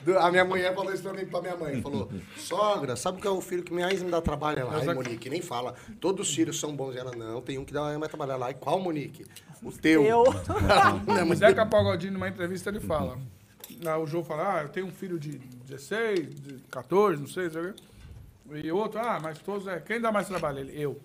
E: Do- A minha mulher falou isso pra mim, pra minha mãe. Falou, sogra, sabe que é o filho que mais me dá trabalho lá? Ai, Monique, nem fala. Todos os filhos são bons. E ela, não, tem um que dá mais trabalho lá. E qual, Monique? O teu.
D: Eu.
E: Não,
C: O
E: mas é
C: Zeca Pagodinho, numa entrevista, ele fala. Na- o João fala, ah, eu tenho um filho de 16, de 14, não sei, sabe? E outro, ah, mas todos é. Quem dá mais trabalho? Ele, eu.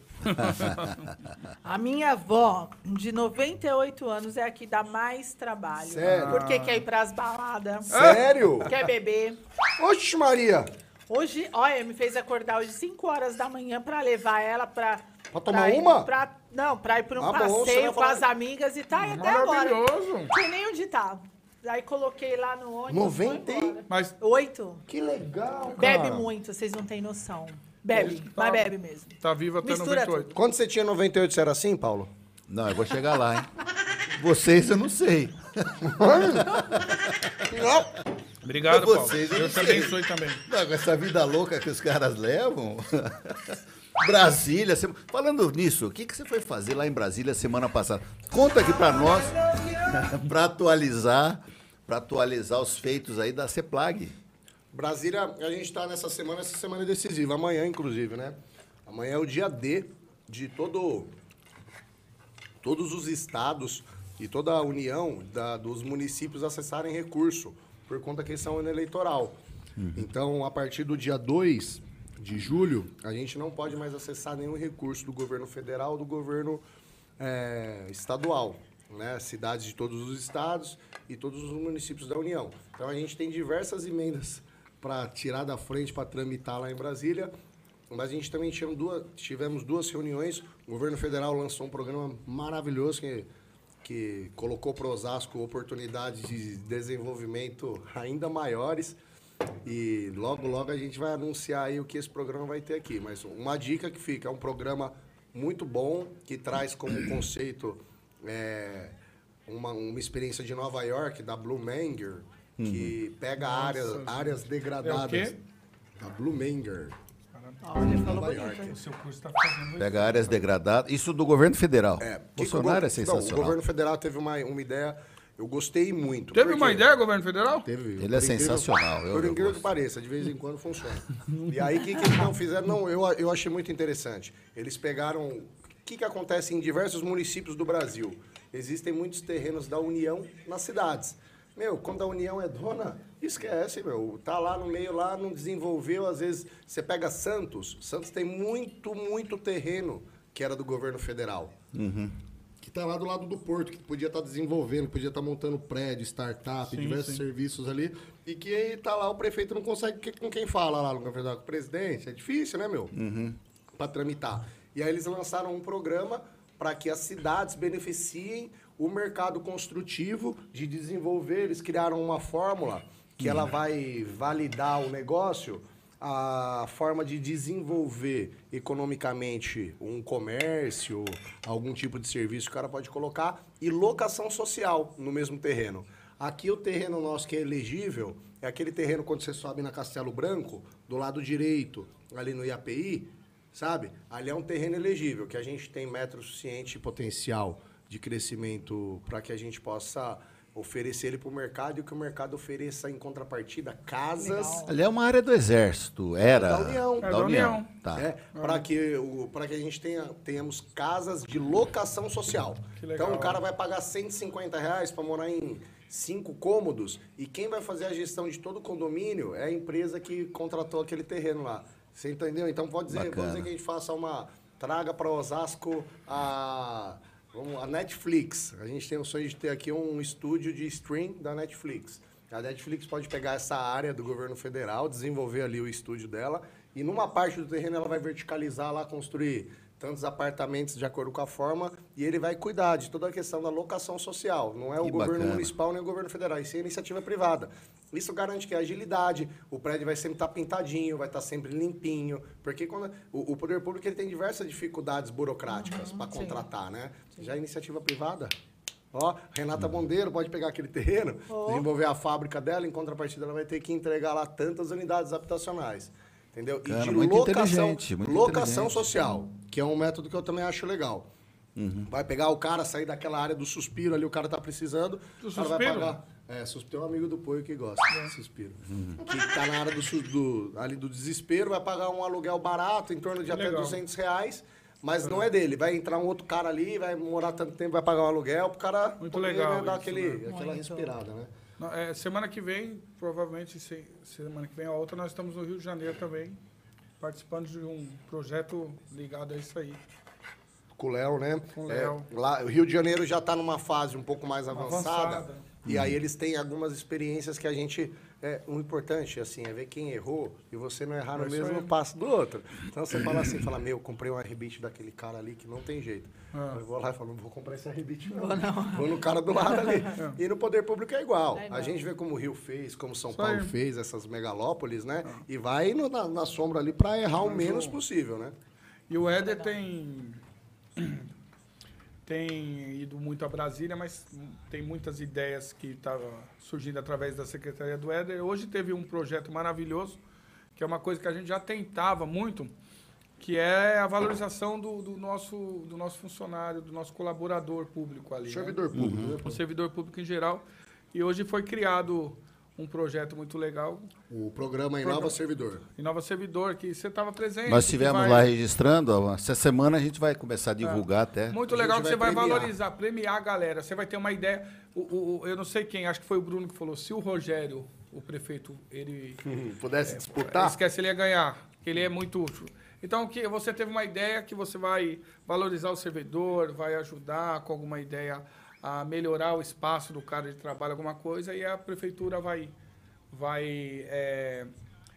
D: A minha avó, de 98 anos, é a que dá mais trabalho.
E: Sério?
D: Porque quer ir pras baladas,
E: Sério?
D: quer beber.
E: Oxe, Maria.
D: Hoje, olha, me fez acordar hoje 5 horas da manhã pra levar ela pra.
E: Pra tomar
D: ir
E: uma?
D: pra- não, pra ir pra um
E: Ah, bom, você vai
D: passeio com
E: falar-
D: as amigas e tá aí até agora. Não
C: Maravilhoso.
D: sei nem onde tá. Aí coloquei lá no ônibus.
E: 90 e-
D: foi embora.
C: Mas
D: Oito?
E: Que legal, cara.
D: Bebe muito, vocês não têm noção. Bebe,
C: Tá.
D: mas bebe mesmo.
C: tá vivo até
D: Mistura
C: 98.
E: Quando você tinha 98, você era assim, Paulo?
B: Não, eu vou chegar lá, hein? Vocês eu não sei.
E: É.
C: Obrigado, Paulo.
B: Vocês, eu
C: eu te abençoe também.
B: Não, com essa vida louca que os caras levam. Brasília. sema- Falando nisso, o que, que você foi fazer lá em Brasília semana passada? Conta aqui pra nós, pra atualizar, para atualizar os feitos aí da CEPLAG.
E: Brasília, a gente tá nessa semana, essa semana é decisiva. Amanhã, inclusive, né? Amanhã é o dia D de todo, todos os estados e toda a união da- dos municípios acessarem recurso por conta que são ano eleitoral. Então, a partir do dia 2 de julho, a gente não pode mais acessar nenhum recurso do governo federal, do governo eh, estadual, né? Cidades de todos os estados e todos os municípios da União. Então, a gente tem diversas emendas para tirar da frente, para tramitar lá em Brasília. Mas a gente também tinha duas- tivemos duas reuniões. O governo federal lançou um programa maravilhoso que, que colocou para Osasco oportunidades de desenvolvimento ainda maiores. E logo, logo a gente vai anunciar aí o que esse programa vai ter aqui. Mas uma dica que fica, é um programa muito bom, que traz como conceito é, uma, uma experiência de Nova York, da Blumenger, que pega áreas, áreas degradadas.
C: quê?
E: da Blumenger.
D: Olha, falou
E: Nova
D: bonito.
E: York.
D: hein?
C: O seu curso tá fazendo isso.
B: Pega áreas degradadas. Isso do governo federal.
E: É, que
B: Bolsonaro
E: que
B: é
E: o, go- não, o
B: sensacional.
E: governo federal teve uma, uma ideia, eu gostei muito.
C: Teve
E: Por
C: uma
E: quê?
C: ideia, governo federal?
E: Teve.
B: Ele é
E: Por incrível-
B: sensacional, eu-
E: por
B: eu
E: incrível que
B: gosto.
E: pareça, de vez em quando funciona. E aí, o que, que eles não fizeram? Não, eu, a- eu achei muito interessante. Eles pegaram... O que, que acontece em diversos municípios do Brasil? Existem muitos terrenos da União nas cidades. Meu, quando a União é dona, esquece, meu. Tá lá no meio, lá não desenvolveu. Às vezes, você pega Santos. Santos tem muito, muito terreno que era do governo federal que está lá do lado do porto, que podia estar desenvolvendo, podia estar montando prédio, startup, diversos serviços ali, e que está lá o prefeito não consegue que- com quem fala lá no governo federal, com o presidente, é difícil, né, meu? Para tramitar. E aí eles lançaram um programa para que as cidades beneficiem o mercado construtivo de desenvolver, eles criaram uma fórmula que ela vai validar o negócio a forma de desenvolver economicamente um comércio, algum tipo de serviço que o cara pode colocar, e locação social no mesmo terreno. Aqui o terreno nosso que é elegível é aquele terreno quando você sobe na Castelo Branco, do lado direito, ali no IAPI, sabe? Ali é um terreno elegível, que a gente tem metro suficiente e potencial de crescimento para que a gente possa oferecer ele para o mercado e que o mercado ofereça em contrapartida casas
B: Ali é uma área do Exército. Era.
E: Da União.
C: É da União.
B: Tá.
E: para né? que o para que a gente tenha tenhamos casas de locação social.
C: Que legal.
E: Então o cara vai pagar 150 reais para morar em cinco cômodos e quem vai fazer a gestão de todo o condomínio é a empresa que contratou aquele terreno lá. Você entendeu? Então pode dizer,
B: Bacana.
E: vamos dizer que a gente faça uma traga para Osasco a vamos, a Netflix. A gente tem o sonho de ter aqui um estúdio de stream da Netflix. A Netflix pode pegar essa área do governo federal, desenvolver ali o estúdio dela e numa parte do terreno ela vai verticalizar lá, construir tantos apartamentos de acordo com a forma e ele vai cuidar de toda a questão da locação social. Não é o
B: Que
E: governo
B: bacana.
E: municipal municipal nem o governo federal, isso é iniciativa privada. Isso garante que a agilidade, o prédio vai sempre estar pintadinho, vai estar sempre limpinho, porque quando o, o poder público ele tem diversas dificuldades burocráticas para contratar, né? Já a iniciativa privada, ó, Renata
B: Uhum.
E: Bondeiro pode pegar aquele terreno, desenvolver a fábrica dela, em contrapartida ela vai ter que entregar lá tantas unidades habitacionais. Entendeu?
B: Cara, muito inteligente, muito
E: locação
B: inteligente.
E: social, que é um método que eu também acho legal. Vai pegar o cara, sair daquela área do suspiro ali, o cara tá precisando.
C: Do
E: o cara vai
C: suspiro? É.
E: pagar. É, suspiro é um amigo do poio que gosta de suspiro. Que tá na área do, su- do- ali do desespero, vai pagar um aluguel barato, em torno de até
C: Legal. Uhum.
E: 200 reais, mas não é dele. Vai entrar um outro cara ali, vai morar tanto tempo, vai pagar um aluguel, pro cara
C: Muito
E: poder
C: legal isso,
E: dar aquele, aquela respirada, né?
C: Não, é, semana que vem, provavelmente se- semana que vem a outra, nós estamos no Rio de Janeiro também, participando de um projeto ligado a isso aí.
E: com o Léo, né?
C: Com o Léo.
E: É, lá, o Rio de Janeiro já está numa fase um pouco mais avançada.
C: Avançada.
E: E aí eles têm algumas experiências que a gente. É, o importante, assim, é ver quem errou e você não errar no
C: É isso
E: mesmo
C: aí.
E: passo do outro. Então você fala assim, fala, meu, comprei um arrebite daquele cara ali que não tem jeito.
C: Ah.
E: Eu vou lá e falo, não vou comprar esse arrebite não. Vou no cara do lado ali. E no poder público é igual. a gente vê como o Rio fez, como São
C: aí. Ah.
E: Paulo fez, essas megalópolis, né? E vai no- na, na sombra ali para errar o menos possível, né?
C: E o Éder tem tem ido muito a Brasília, mas tem muitas ideias que estavam surgindo através da secretaria do Éder. Hoje teve um projeto maravilhoso, que é uma coisa que a gente já tentava muito, que é a valorização do, do nosso, do nosso funcionário, do nosso colaborador público ali. né?
E: Servidor público, né?
C: o servidor público em geral. E hoje foi criado um projeto muito legal,
E: O programa Inova Servidor.
C: Inova Servidor, que você estava presente.
B: Nós
C: que
B: estivemos
C: vai-
B: lá registrando. ó, Essa semana a gente vai começar a divulgar até.
C: Muito
E: A gente
C: legal que
E: vai
C: você vai
E: premiar.
C: valorizar, premiar a galera. Você vai ter uma ideia. O, o- o- eu não sei quem, acho que foi o Bruno que falou. Se o Rogério, o prefeito, ele
E: Hum,
C: é,
E: pudesse disputar.
C: esquece, ele ia ganhar. que Ele é muito útil. Então, que você teve uma ideia que você vai valorizar o servidor, vai ajudar com alguma ideia a melhorar o espaço do cara de trabalho, alguma coisa, e a prefeitura vai, vai, é,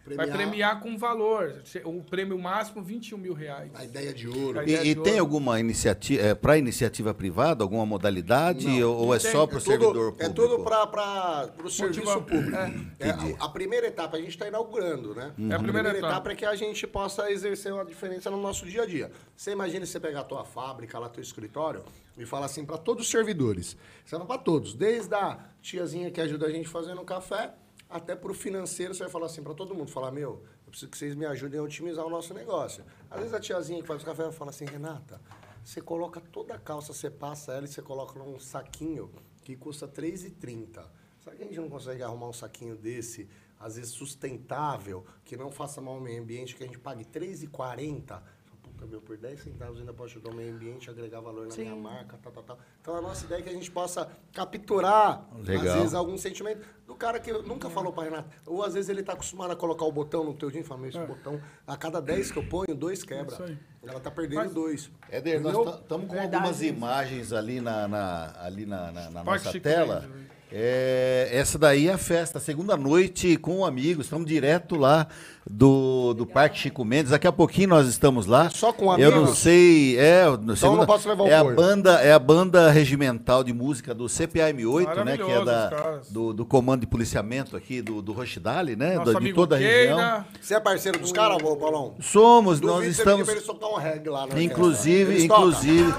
C: vai
E: Premiar.
C: premiar com valor. Che- O prêmio máximo, 21 mil reais.
E: A ideia de ouro.
C: A
B: E,
C: ideia
B: e
C: de
B: tem
C: ouro.
B: alguma iniciativa para iniciativa privada, alguma modalidade ou, ou é
C: tem.
B: só para o
E: tudo-
B: servidor público?
E: É tudo para o serviço
C: Motivar-
E: público. É, a, a primeira etapa, a gente está inaugurando,
B: Hum.
E: né?
C: É a primeira etapa.
E: etapa. é que a gente possa exercer uma diferença no nosso dia a dia. Você imagina você pegar a tua fábrica, lá teu escritório, e falar assim para todos os servidores. Você fala para todos, desde a tiazinha que ajuda a gente fazendo o café, até para o financeiro, você vai falar assim para todo mundo, falar, meu, eu preciso que vocês me ajudem a otimizar o nosso negócio. Às vezes a tiazinha que faz o café vai falar assim, Renata, você coloca toda a calça, você passa ela e você coloca num saquinho que custa R$3,30. Será que a gente não consegue arrumar um saquinho desse, às vezes sustentável, que não faça mal ao meio ambiente, que a gente pague R$3,40? Puta, meu, por 10 centavos ainda posso ajudar o meio ambiente, agregar valor na minha marca, tal, tal, tal. Então a nossa ideia é que a gente possa capturar,
B: Legal.
E: às vezes, algum sentimento do cara que nunca falou pra Renata. Ou às vezes ele tá acostumado a colocar o botão no teu dia e fala, meu, esse botão, a cada 10 que eu ponho, dois quebra. Ela tá perdendo dois.
B: Éder, nós tá,
E: Entendeu?
B: estamos com algumas imagens ali na, na- ali na, na- na
C: Parque
B: nossa
C: Chico
B: tela
C: Mendes, né?
B: que É, essa daí é a festa, segunda noite com amigos. Estamos direto lá do, do Parque Chico Mendes. Daqui a pouquinho nós estamos lá.
E: Só com
B: Eu não
E: amigos? Então
B: sei. É, segunda,
E: não posso levar o
B: é a
E: gordo.
B: banda É a banda regimental de música do CPM8, né? Que é
C: Maravilhosos,
B: da,
C: caras.
B: do, do comando de policiamento aqui do, do Rochidale, né?
E: é
C: Nosso
B: da- de
C: amigo
B: toda a região.
C: Keira.
E: Você é parceiro dos caras, ô, Paulão?
B: Somos,
E: Duvido
B: nós
E: você
B: estamos.
E: pedir pra ele soltar um reggae lá na
B: Inclusive,
E: orquestra. Eles tocam.
B: inclusive.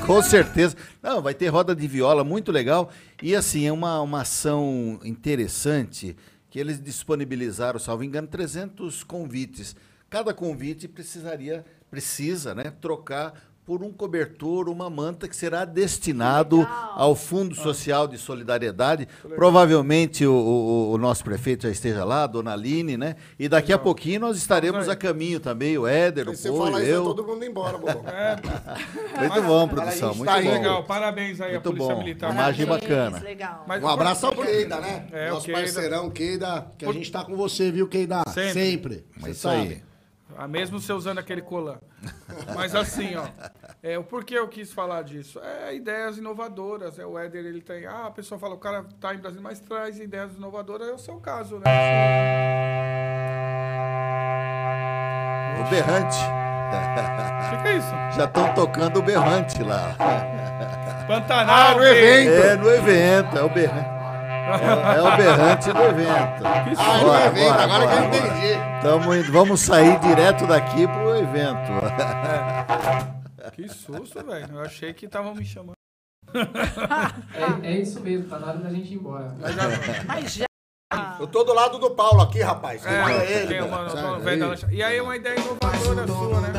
B: com certeza. Não, vai ter roda de viola muito legal. E assim, é uma, uma ação interessante que eles disponibilizaram, salvo engano, 300 convites. Cada convite precisaria, precisa, né, trocar por um cobertor, uma manta que será destinado
D: Legal.
B: ao Fundo Social de Solidariedade. Provavelmente o, o- o nosso prefeito já esteja lá, a dona Aline, né? E daqui a pouquinho nós estaremos a caminho também, o Éder, o
E: Aí Você
B: Pô,
E: fala isso,
B: eu.
E: vai todo mundo embora, Bobão.
B: Muito bom,
E: Fala
B: produção.
E: aí,
B: Muito
E: está
B: bom.
E: aí,
C: Legal, parabéns aí à
B: Muito
C: Polícia
B: bom.
C: Militar.
B: Uma imagem bacana.
D: Legal.
C: Mas
E: Um abraço ao Keida, né?
C: É, o
E: Nosso
C: Keida.
E: parceirão Keida, que a gente tá com você, viu, Keida?
C: Sempre.
E: Sempre.
B: Mas
E: Você
B: isso aí.
E: sabe.
C: Ah, mesmo você usando aquele colã. Mas assim, ó. É, o porquê eu quis falar disso? É ideias inovadoras. É, o Éder, ele tem. Ah, a pessoa fala, o cara tá em Brasília, mas traz ideias inovadoras. É o seu caso, né?
B: O berrante.
C: O que, que é isso?
B: Já estão tocando o berrante lá.
C: Pantanal.
E: Ah, no
C: meu.
E: evento.
B: É no evento, é o berrante.
C: né?
B: É, é o berrante do evento.
E: Ah, ele vai ver, agora que eu entendi.
B: Tamo indo, vamos sair direto daqui pro evento.
C: Que susto, velho. Eu achei que estavam me chamando.
F: É, é isso mesmo, tá na hora da gente ir embora.
D: Mas já.
E: Eu tô do lado do Paulo aqui, rapaz.
C: É,
E: Segura ele,
C: tem
E: mano.
C: uma-
E: Sai
C: uma
E: daí.
C: velha da lancha- E aí é uma ideia inovadora sua, né?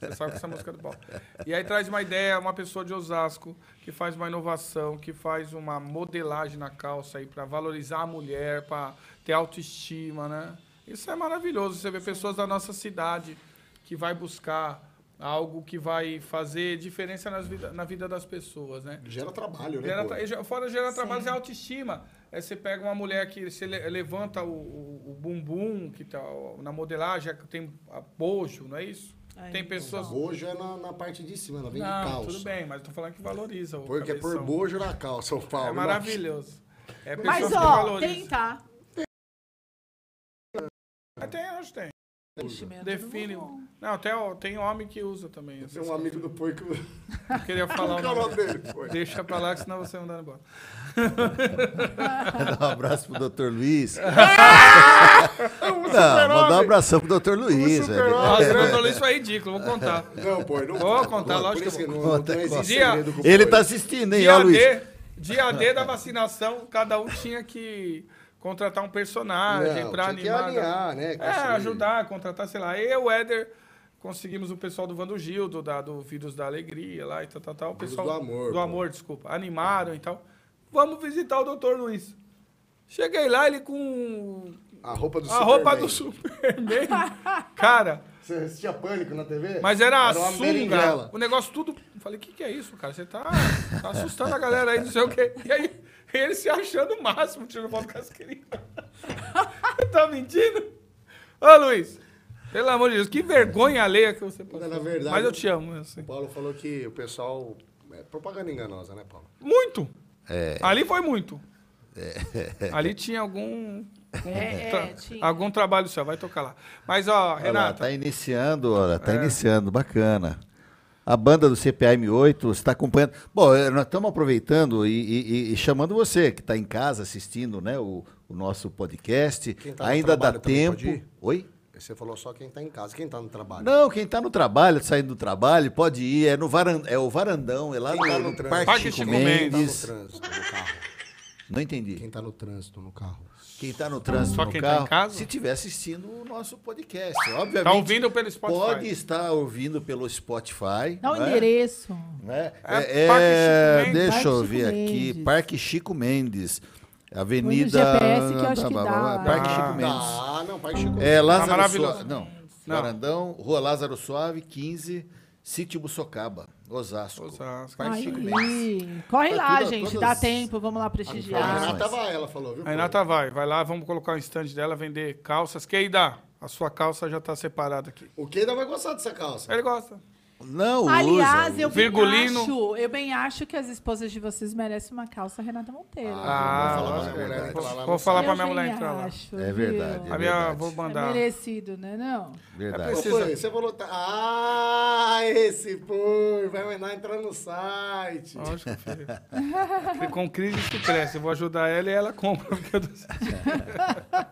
C: Você sabe que essa música é do Paulo. E aí traz uma ideia, uma pessoa de Osasco que faz uma inovação, que faz uma modelagem na calça aí para valorizar a mulher, para ter autoestima, né? Isso é maravilhoso. Você vê pessoas da nossa cidade que vai buscar algo que vai fazer diferença nas vida, na vida das pessoas, né?
E: Gera trabalho, né?
C: Gera
E: pô?
C: tra- já- fora gerar trabalho, é autoestima. É, você pega uma mulher que você le- levanta o, o- o bumbum, que tá ó, na modelagem, é que tem a bojo, não é isso?
D: Ai,
C: tem pessoas.
E: Bojo é na, na parte de cima, ela vem de
C: Não,
E: calça.
C: tudo bem, mas eu tô falando que valoriza. o
E: Porque é por
C: cabeção.
E: bojo na calça, o Paulo.
C: É maravilhoso. É pessoas
D: Mas,
C: que
D: ó,
C: valorizam.
D: tem, tá?
C: Mas tem, acho que tem.
D: Investimento.
C: Define.
D: bom.
C: Não, até, ó, tem homem que usa também.
E: Tem um amigo do Poi que... Qual
C: Eu queria falar. o
E: que é o
C: nome.
E: nome dele? Poi?
C: Deixa pra lá, que senão você mandar embora.
B: Mandar um abraço pro Dr. Luiz. Não, mandar um abração pro Dr. Luiz, velho.
C: Nossa, eu falei isso é ridículo, vou contar.
E: Não, Poi, não
C: Vou
E: conta,
C: contar,
E: não,
C: lógico
E: por isso
C: que
E: que
C: eu
E: não, não existe
C: Dia-
E: segredo com o
B: Ele
E: Poi.
B: tá assistindo, hein, ó,
C: Dia
B: Luiz.
C: D, dia D da vacinação, cada um tinha que contratar um personagem
E: Não,
C: pra
E: tinha que
C: animar. a galera.
E: alinhar, né?
C: É,
E: Construir.
C: ajudar, contratar, sei lá. Eu, o Éder, conseguimos o pessoal do Vando Gil, do, da- do Vírus da Alegria lá e tal, tal, tal. O
E: Vírus
C: pessoal
E: do Amor,
C: Do
E: pô.
C: amor, desculpa. Animaram e tal. Vamos visitar o Dr. Luiz. Cheguei lá, ele com
E: A roupa do
C: a roupa
E: Superman.
C: do Superman. Cara,
E: Você assistia Pânico na TV?
C: mas era,
E: uma
C: a sunga,
E: berinjela.
C: o negócio tudo. Eu Falei, o que, que é isso, cara? Você tá, tá assustando a galera aí, não sei o quê. E aí, ele se achando o máximo, tirando foto com as crianças. tá mentindo? Ô, Luiz, pelo amor de Deus, que vergonha alheia que você passou.
E: Na verdade-
C: Mas eu te amo, assim.
E: O Paulo falou que o pessoal... É propaganda enganosa, né, Paulo?
C: Muito!
B: É.
C: Ali foi muito. Ali tinha algum. algum
D: É,
C: tra-
D: é, tinha.
C: Algum trabalho seu, vai tocar lá. Mas,
B: Olha
C: ó,
B: lá,
C: Renata.
B: tá iniciando, olha,
E: É.
B: tá iniciando, bacana. A banda do CPM 8 está tá acompanhando. Bom, eh, nós estamos aproveitando e, e- e- e chamando você que está em casa assistindo, né, o, o nosso podcast.
E: Quem tá no
B: Ainda dá
E: trabalho também pode
B: tempo.
E: ir?
B: Oi.
E: Você falou só quem tá em casa, quem tá no trabalho.
B: Não, quem está no trabalho, saindo do trabalho, pode ir. É no varan... é o varandão, é lá
E: Quem tá
B: no,
E: no
B: no
E: trânsito?
B: Parque,
C: Parque
B: Chico
C: Chico
E: Quem tá no
B: Mendes.
E: trânsito no carro?
B: Não entendi.
E: Quem tá no trânsito no carro?
B: Quem está no trânsito
C: Só
B: no
C: quem tá em
B: carro,
C: casa?
B: se estiver assistindo o nosso podcast, obviamente.
C: Tá ouvindo pelo Spotify.
B: Pode estar ouvindo pelo Spotify.
G: Dá o
B: né?
E: É?
G: endereço.
B: né?
C: É
B: É,
C: Parque
B: é,
C: Chico Mendes.
B: deixa eu
G: Parque
B: ver
G: Chico
B: aqui,
G: Mendes.
B: Parque Chico Mendes,
G: no
B: Avenida.
G: GPS que eu acho que dá lá.
B: Parque
C: Ah,
B: Chico Mendes.
E: Ah, não, Parque Chico
B: É
C: Tá
B: Lázaro
C: maravilhoso.
B: Soares. Não,
C: Não.
B: Varandão, Rua Lázaro Suave, 15, Sítio Bussocaba, Osasco.
C: Osasco.
B: Parque Chico Mendes.
G: Aí. Corre
B: Tá
G: lá,
B: tudo-
G: gente.
B: todas-
G: Dá tempo. Vamos lá
E: A
G: prestigiar.
B: Informações.
E: Renata vai, ela falou, viu?
C: A Renata vai, vai lá, vamos colocar o stand dela, vender calças. Keida, a sua calça já tá separada aqui.
B: É
E: O Keida vai gostar dessa calça.
C: Ele gosta.
B: Não,
D: Aliás,
B: usa.
D: eu bem,
C: Virgulino.
D: acho, eu bem acho que as esposas de vocês merecem uma calça Renata Monteiro.
C: Ah,
B: Vou falar
C: lógico,
B: pra
C: né?
B: mulher.
C: Vou-
E: Falar
C: Vou falar
D: eu
C: pra minha
D: bem
C: mulher entrar lá.
D: acho,
B: É verdade.
D: viu?
C: A minha,
B: verdade.
C: vou
D: É
C: mandar.
D: merecido, né? Não.
B: Verdade.
C: preciso-
E: Ô, Fran, Você falou. tá- Ah, esse pô, vai mandar entrar no site.
B: Ah.
C: Lógico, filho. Fiquei com crise de estresse. Eu vou ajudar ela e ela compra. porque eu não-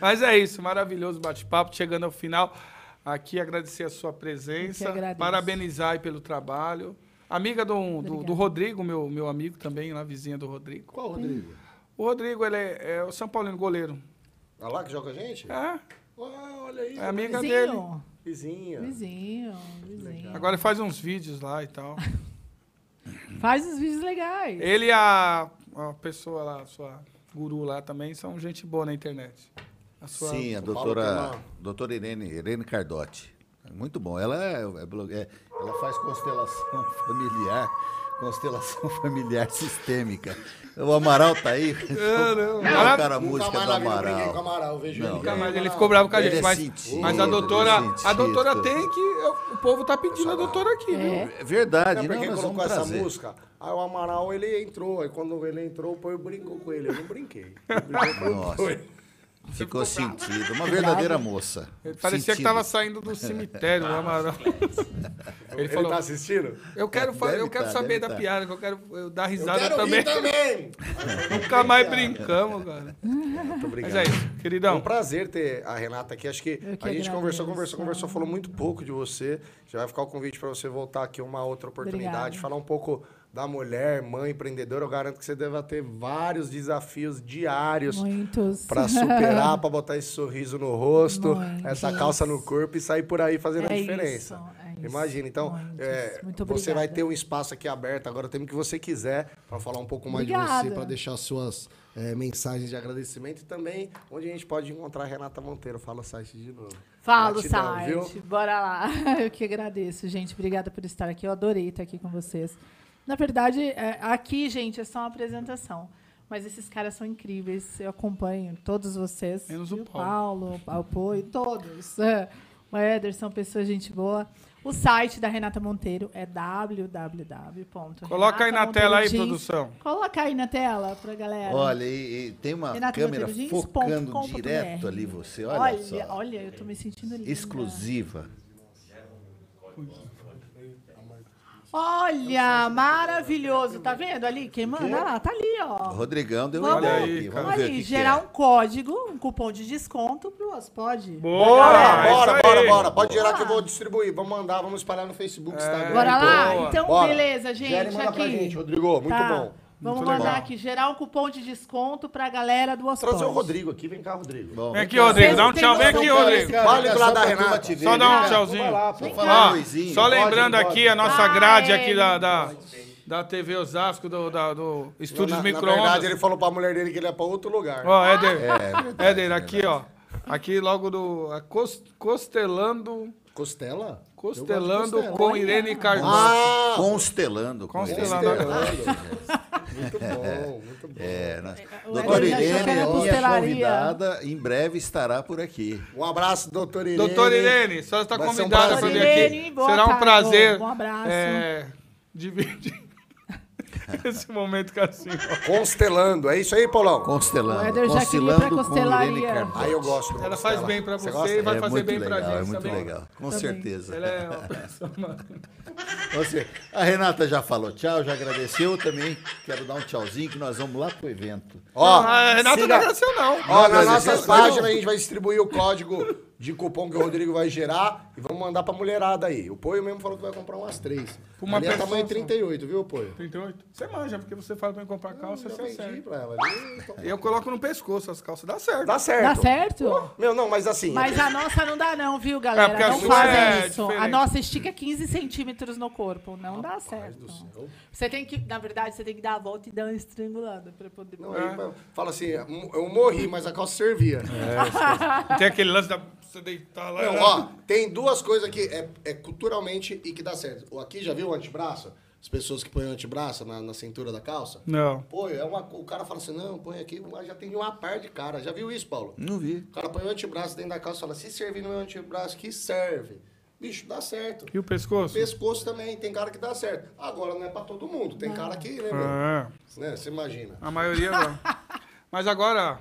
C: Mas é isso. Maravilhoso bate-papo. Chegando ao final. Aqui agradecer a sua presença.
D: Eu que agradeço.
C: Parabenizar aí pelo trabalho. Amiga do, do, do
D: Obrigada.
C: Rodrigo, meu, meu amigo também, lá vizinha do Rodrigo.
E: Qual, Rodrigo?
C: O Rodrigo, ele é, é o São Paulino goleiro.
E: Ah lá que joga a gente?
C: É,
E: Ah, olha aí.
C: é amiga dele.
D: Vizinho,
E: Vizinha.
D: vizinho, vizinho.
C: Agora ele faz uns vídeos lá e tal.
D: Faz os vídeos legais.
C: Ele e a, a pessoa lá, a sua guru lá também, são gente boa na internet. A sua-
B: Sim, a
E: São Paulo
B: doutora,
E: tem uma-
B: doutora Irene, Irene Cardotti. Muito bom. Ela, é, é blo- é- ela faz constelação familiar, constelação familiar sistêmica. O Amaral tá aí. Não, cara, a
E: Nunca
B: música
E: tá mais
B: do
E: na vida eu brinquei com o
B: Amaral.
E: Amaral, eu vejo
B: Não,
E: ele.
C: Nunca mais.
E: Amaral.
C: Ele ficou bravo com a
B: Ele
C: gente,
B: é
C: mas,
B: cientista,
C: mas a doutora,
B: ele é cientista.
C: a doutora tem que. O povo tá pedindo a doutora aqui, viu?
B: É verdade,
E: Sabe por
B: não,
E: que
B: nós
E: colocou
B: vamos
E: essa
B: trazer.
E: música? Aí o Amaral, ele entrou. Aí quando ele entrou, o Poi brincou com ele. Eu não brinquei. Eu brinquei com o
B: Nossa.
E: Poi.
B: Ficou sentido. Uma verdadeira moça.
C: Ele Parecia que
B: Sentido.
C: tava saindo do cemitério, o Amaral. Ele
E: Ele
C: falou.
E: tá assistindo?
C: Eu quero, fa-
B: Deve
C: eu quero
B: tá,
C: saber
B: deve
C: da
B: tá.
C: piada, que eu quero eu dar
E: Eu
C: risada
E: quero
C: também.
E: rir também.
C: Nunca mais brincamos, cara.
E: Muito
C: Mas
E: obrigado.
C: é isso,
E: É um
C: queridão.
E: prazer ter a Renata aqui. Acho que,
D: Eu que
E: a gente
D: agradeço.
E: conversou, conversou, conversou, falou muito pouco de você. Já vai ficar o convite para você voltar aqui uma outra oportunidade,
D: Obrigada.
E: falar um pouco da mulher, mãe, empreendedora. Eu garanto que você deve ter vários desafios diários
D: Muitos.
E: para superar, para botar esse sorriso no rosto,
D: Muitos.
E: essa calça no corpo e sair por aí fazendo a
D: É
E: diferença.
D: isso, é isso.
E: Imagina, então,
D: Muitos.
E: é,
D: Muito
E: você
D: obrigada.
E: vai ter um espaço aqui aberto agora, o tempo que você quiser, para falar um pouco mais de
D: Obrigada.
E: você, para deixar suas é, mensagens de agradecimento e também onde a gente pode encontrar a Renata Monteiro. Fala o site de novo.
D: Fala o
E: Gratidão,
D: site.
E: viu?
D: Bora lá. Eu que agradeço, gente. Obrigada por estar aqui. Eu adorei estar aqui com vocês. Na verdade, é, aqui, gente, é só uma apresentação. Mas esses caras são incríveis. Eu acompanho todos vocês.
C: Menos o
D: E
C: Paulo.
D: Paulo, o apoio, todos. É. O Ederson, pessoa gente boa. O site da Renata Monteiro é www.
C: Coloca aí na tela aí, produção.
D: Coloca aí na tela pra galera.
B: Olha, e, e tem uma
D: Renata
B: câmera
D: Monteiro Jeans ponto
B: focando
D: com ponto
B: direto
D: BR.
B: ali você. Olha,
D: olha,
B: só.
D: olha, eu tô me sentindo linda.
B: Exclusiva.
D: Olha, maravilhoso. Tá vendo ali? Quem manda? Olha lá, tá ali, ó.
B: Rodrigão deu
D: Vamos-
B: um
C: Olha
B: golpe.
C: aí, cara.
B: Vamos
D: Olha
B: ver o
D: aí,
B: que que
D: gerar
B: é.
D: um código, um cupom de desconto pro Ospod.
C: Boa! é
E: bora,
C: isso
E: bora,
C: aí.
E: bora. Pode gerar que eu vou distribuir. Vamos mandar, vamos espalhar no Facebook,
C: É.
E: Instagram.
D: Bora lá?
C: Boa.
D: Então,
E: Bora.
D: beleza,
E: Gera e
D: gente.
E: manda pra
D: Aqui.
E: gente, Rodrigo. Muito
D: Tá.
E: bom.
D: Vamos
C: Muito
D: mandar
C: legal.
D: aqui, gerar um cupom de desconto pra galera do Ospod.
E: Trazer é o Rodrigo aqui. Vem cá, Rodrigo.
B: Bom,
C: Vem aqui, Rodrigo. Dá um tchau, vem aqui, Rodrigo.
E: Vale
B: Fica
E: lá
B: só
E: da
B: pra
E: Renata.
B: turma te ver,
C: Só
B: né,
C: dá um
B: cara?
C: tchauzinho.
E: Vai lá, pô.
B: Vamos
D: Vem
B: falar
D: cá.
B: um oizinho.
C: Só
E: Pode,
C: lembrando
E: pode.
C: aqui a nossa
D: Ah,
C: grade
D: é.
C: aqui da, da, da TV Osasco, do, da- do Estúdios
E: na, na
C: Micro-Ondas.
E: verdade, ele falou É, pra mulher dele que ele é pra outro lugar.
C: Ó, Éder, Éder, aqui, ó. Aqui logo do. a cos- Costelando.
E: Costela?
C: Costelando
E: Eu gosto de costela.
C: com Irene Cardoso.
E: Ah!
B: Constelando. com
C: Constelando.
B: ele.
E: Muito bom, muito bom.
B: É, nós-
D: O
B: Doutora
D: Edson já
B: Irene,
D: tá na
B: é minha
D: costelaria.
B: convidada, em breve estará por aqui.
E: Um abraço, doutor Irene.
C: Doutora Irene, a senhora está
E: Vai ser um
C: convidada para
E: prazer.
C: vir aqui.
D: Irene, boa
C: Será um
D: tarde,
C: prazer.
D: bom, um abraço.
C: É, dividir esse momento com a senhora.
E: Constelando, é isso aí, Paulão?
B: Constelando.
D: O Éder já queria ir
B: constelando com
D: pra
B: Irene
D: costelaria.
B: Cardoso.
E: Aí eu gosto.
C: Ela faz bem para você, e vai
B: é
C: fazer
B: muito
C: bem
B: legal,
C: para gente
B: É muito
C: também.
B: legal, com
D: Tá
B: certeza.
C: Ela é uma pessoa
B: Você- a Renata já falou tchau, já agradeceu também. Quero dar um tchauzinho que nós vamos lá pro evento.
E: Ó,
C: Ah, Renata não
E: siga-
C: agradeceu, não.
E: Ó, nas
B: Não,
E: nossas
B: não.
E: páginas a gente vai distribuir o código de cupom que o Rodrigo vai gerar e vamos mandar pra mulherada aí. O Poio mesmo falou que vai comprar umas três.
C: Pra uma
E: Ali é
C: pessoa
E: tamanho
C: só.
E: 38, viu, Poio?
C: 38? Você manja, porque você fala pra mim comprar calça,
E: Eu
C: você
E: vendi
C: acerta.
E: pra ela. ali, então-
C: Eu coloco no pescoço as calças, dá certo.
E: Dá certo.
D: Tá certo?
E: Meu, não, mas assim...
D: Mas a nossa não dá não, viu, galera?
C: porque a
D: não
C: sua
D: fazem
C: é
D: isso. A
C: diferente.
D: nossa estica 15 centímetros no corpo. Não dá certo. Você tem que, na verdade, você tem que dar a volta e dar uma estrangulada pra poder...
E: Não, aí fala assim, eu morri, mas a calça servia.
C: É. Tem aquele lance da você deitar lá. né?
E: Não, ó, tem duas coisas que é, é culturalmente e que dá certo. O aqui, já viu o antebraço? As pessoas que põem o antebraço na, na cintura da calça?
C: Não.
E: Pô, é uma, o cara fala assim, não, põe aqui, mas já tem uma par de cara. Já viu isso, Paulo?
B: Não vi.
E: um O cara põe o antebraço dentro da calça e fala, se servir no meu antebraço, que serve. Bicho, dá certo.
C: E o pescoço?
E: Pescoço também, tem cara que dá certo. Agora não é pra todo mundo, tem cara que, né,
B: Ah.
E: meu?
C: É,
E: Né, Você imagina.
C: a maioria não. Mas agora,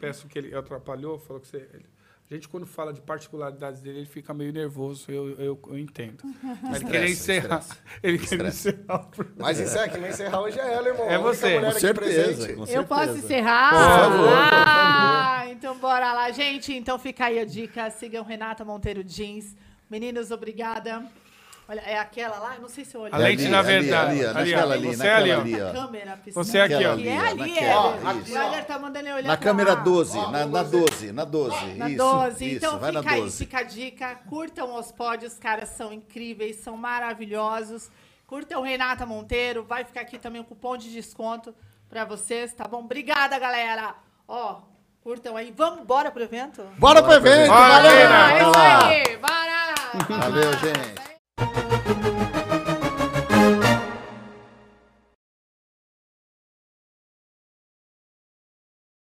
C: peço que ele atrapalhou, falou que você... ele- a gente, quando fala de particularidades dele, ele fica meio nervoso, eu, eu, eu entendo. Mas ele
B: Estressa,
C: queria encerrar.
B: estressa.
C: Ele queria
B: Estressa.
C: encerrar.
E: Mas isso é, que nem encerrar hoje é ela, irmão.
C: É
E: A única
C: você.
E: mulher
B: Com
E: aqui
B: certeza.
E: presente.
B: com
D: Eu posso
B: certeza.
D: encerrar?
B: favor, por
D: ah, então bora lá, gente. Então fica aí a dica. Sigam Renata Monteiro Jeans. Meninos, obrigada. Olha, é aquela lá? Eu não sei se eu olhei.
C: A lente
B: Ali,
C: na
B: ali,
C: verdade.
B: ali, ó,
C: Ali, ó.
B: naquela ali,
C: Você é
B: naquela
C: ali, ó.
B: ali, ó.
D: Câmera, piscina.
C: Você é aqui, ó.
D: É ali, é.
B: Naquela,
E: isso.
D: O Heller tá mandando eu olhar
B: Na
D: pra
B: câmera
D: lá.
B: 12, na, na 12, na 12.
D: Na
B: isso,
D: 12.
B: isso,
D: então
B: vai na
D: fica aí,
B: 12.
D: fica a dica. Curtam os pódios, os caras são incríveis, são maravilhosos. Curtam Renata Monteiro, vai ficar aqui também um cupom de desconto pra vocês, tá bom? Obrigada, galera. Ó, curtam aí. Vamos embora pro evento?
E: Bora pro evento,
C: Bora,
E: valeu!
C: Renato.
D: Ah, é isso aí. Bora!
B: Valeu, gente.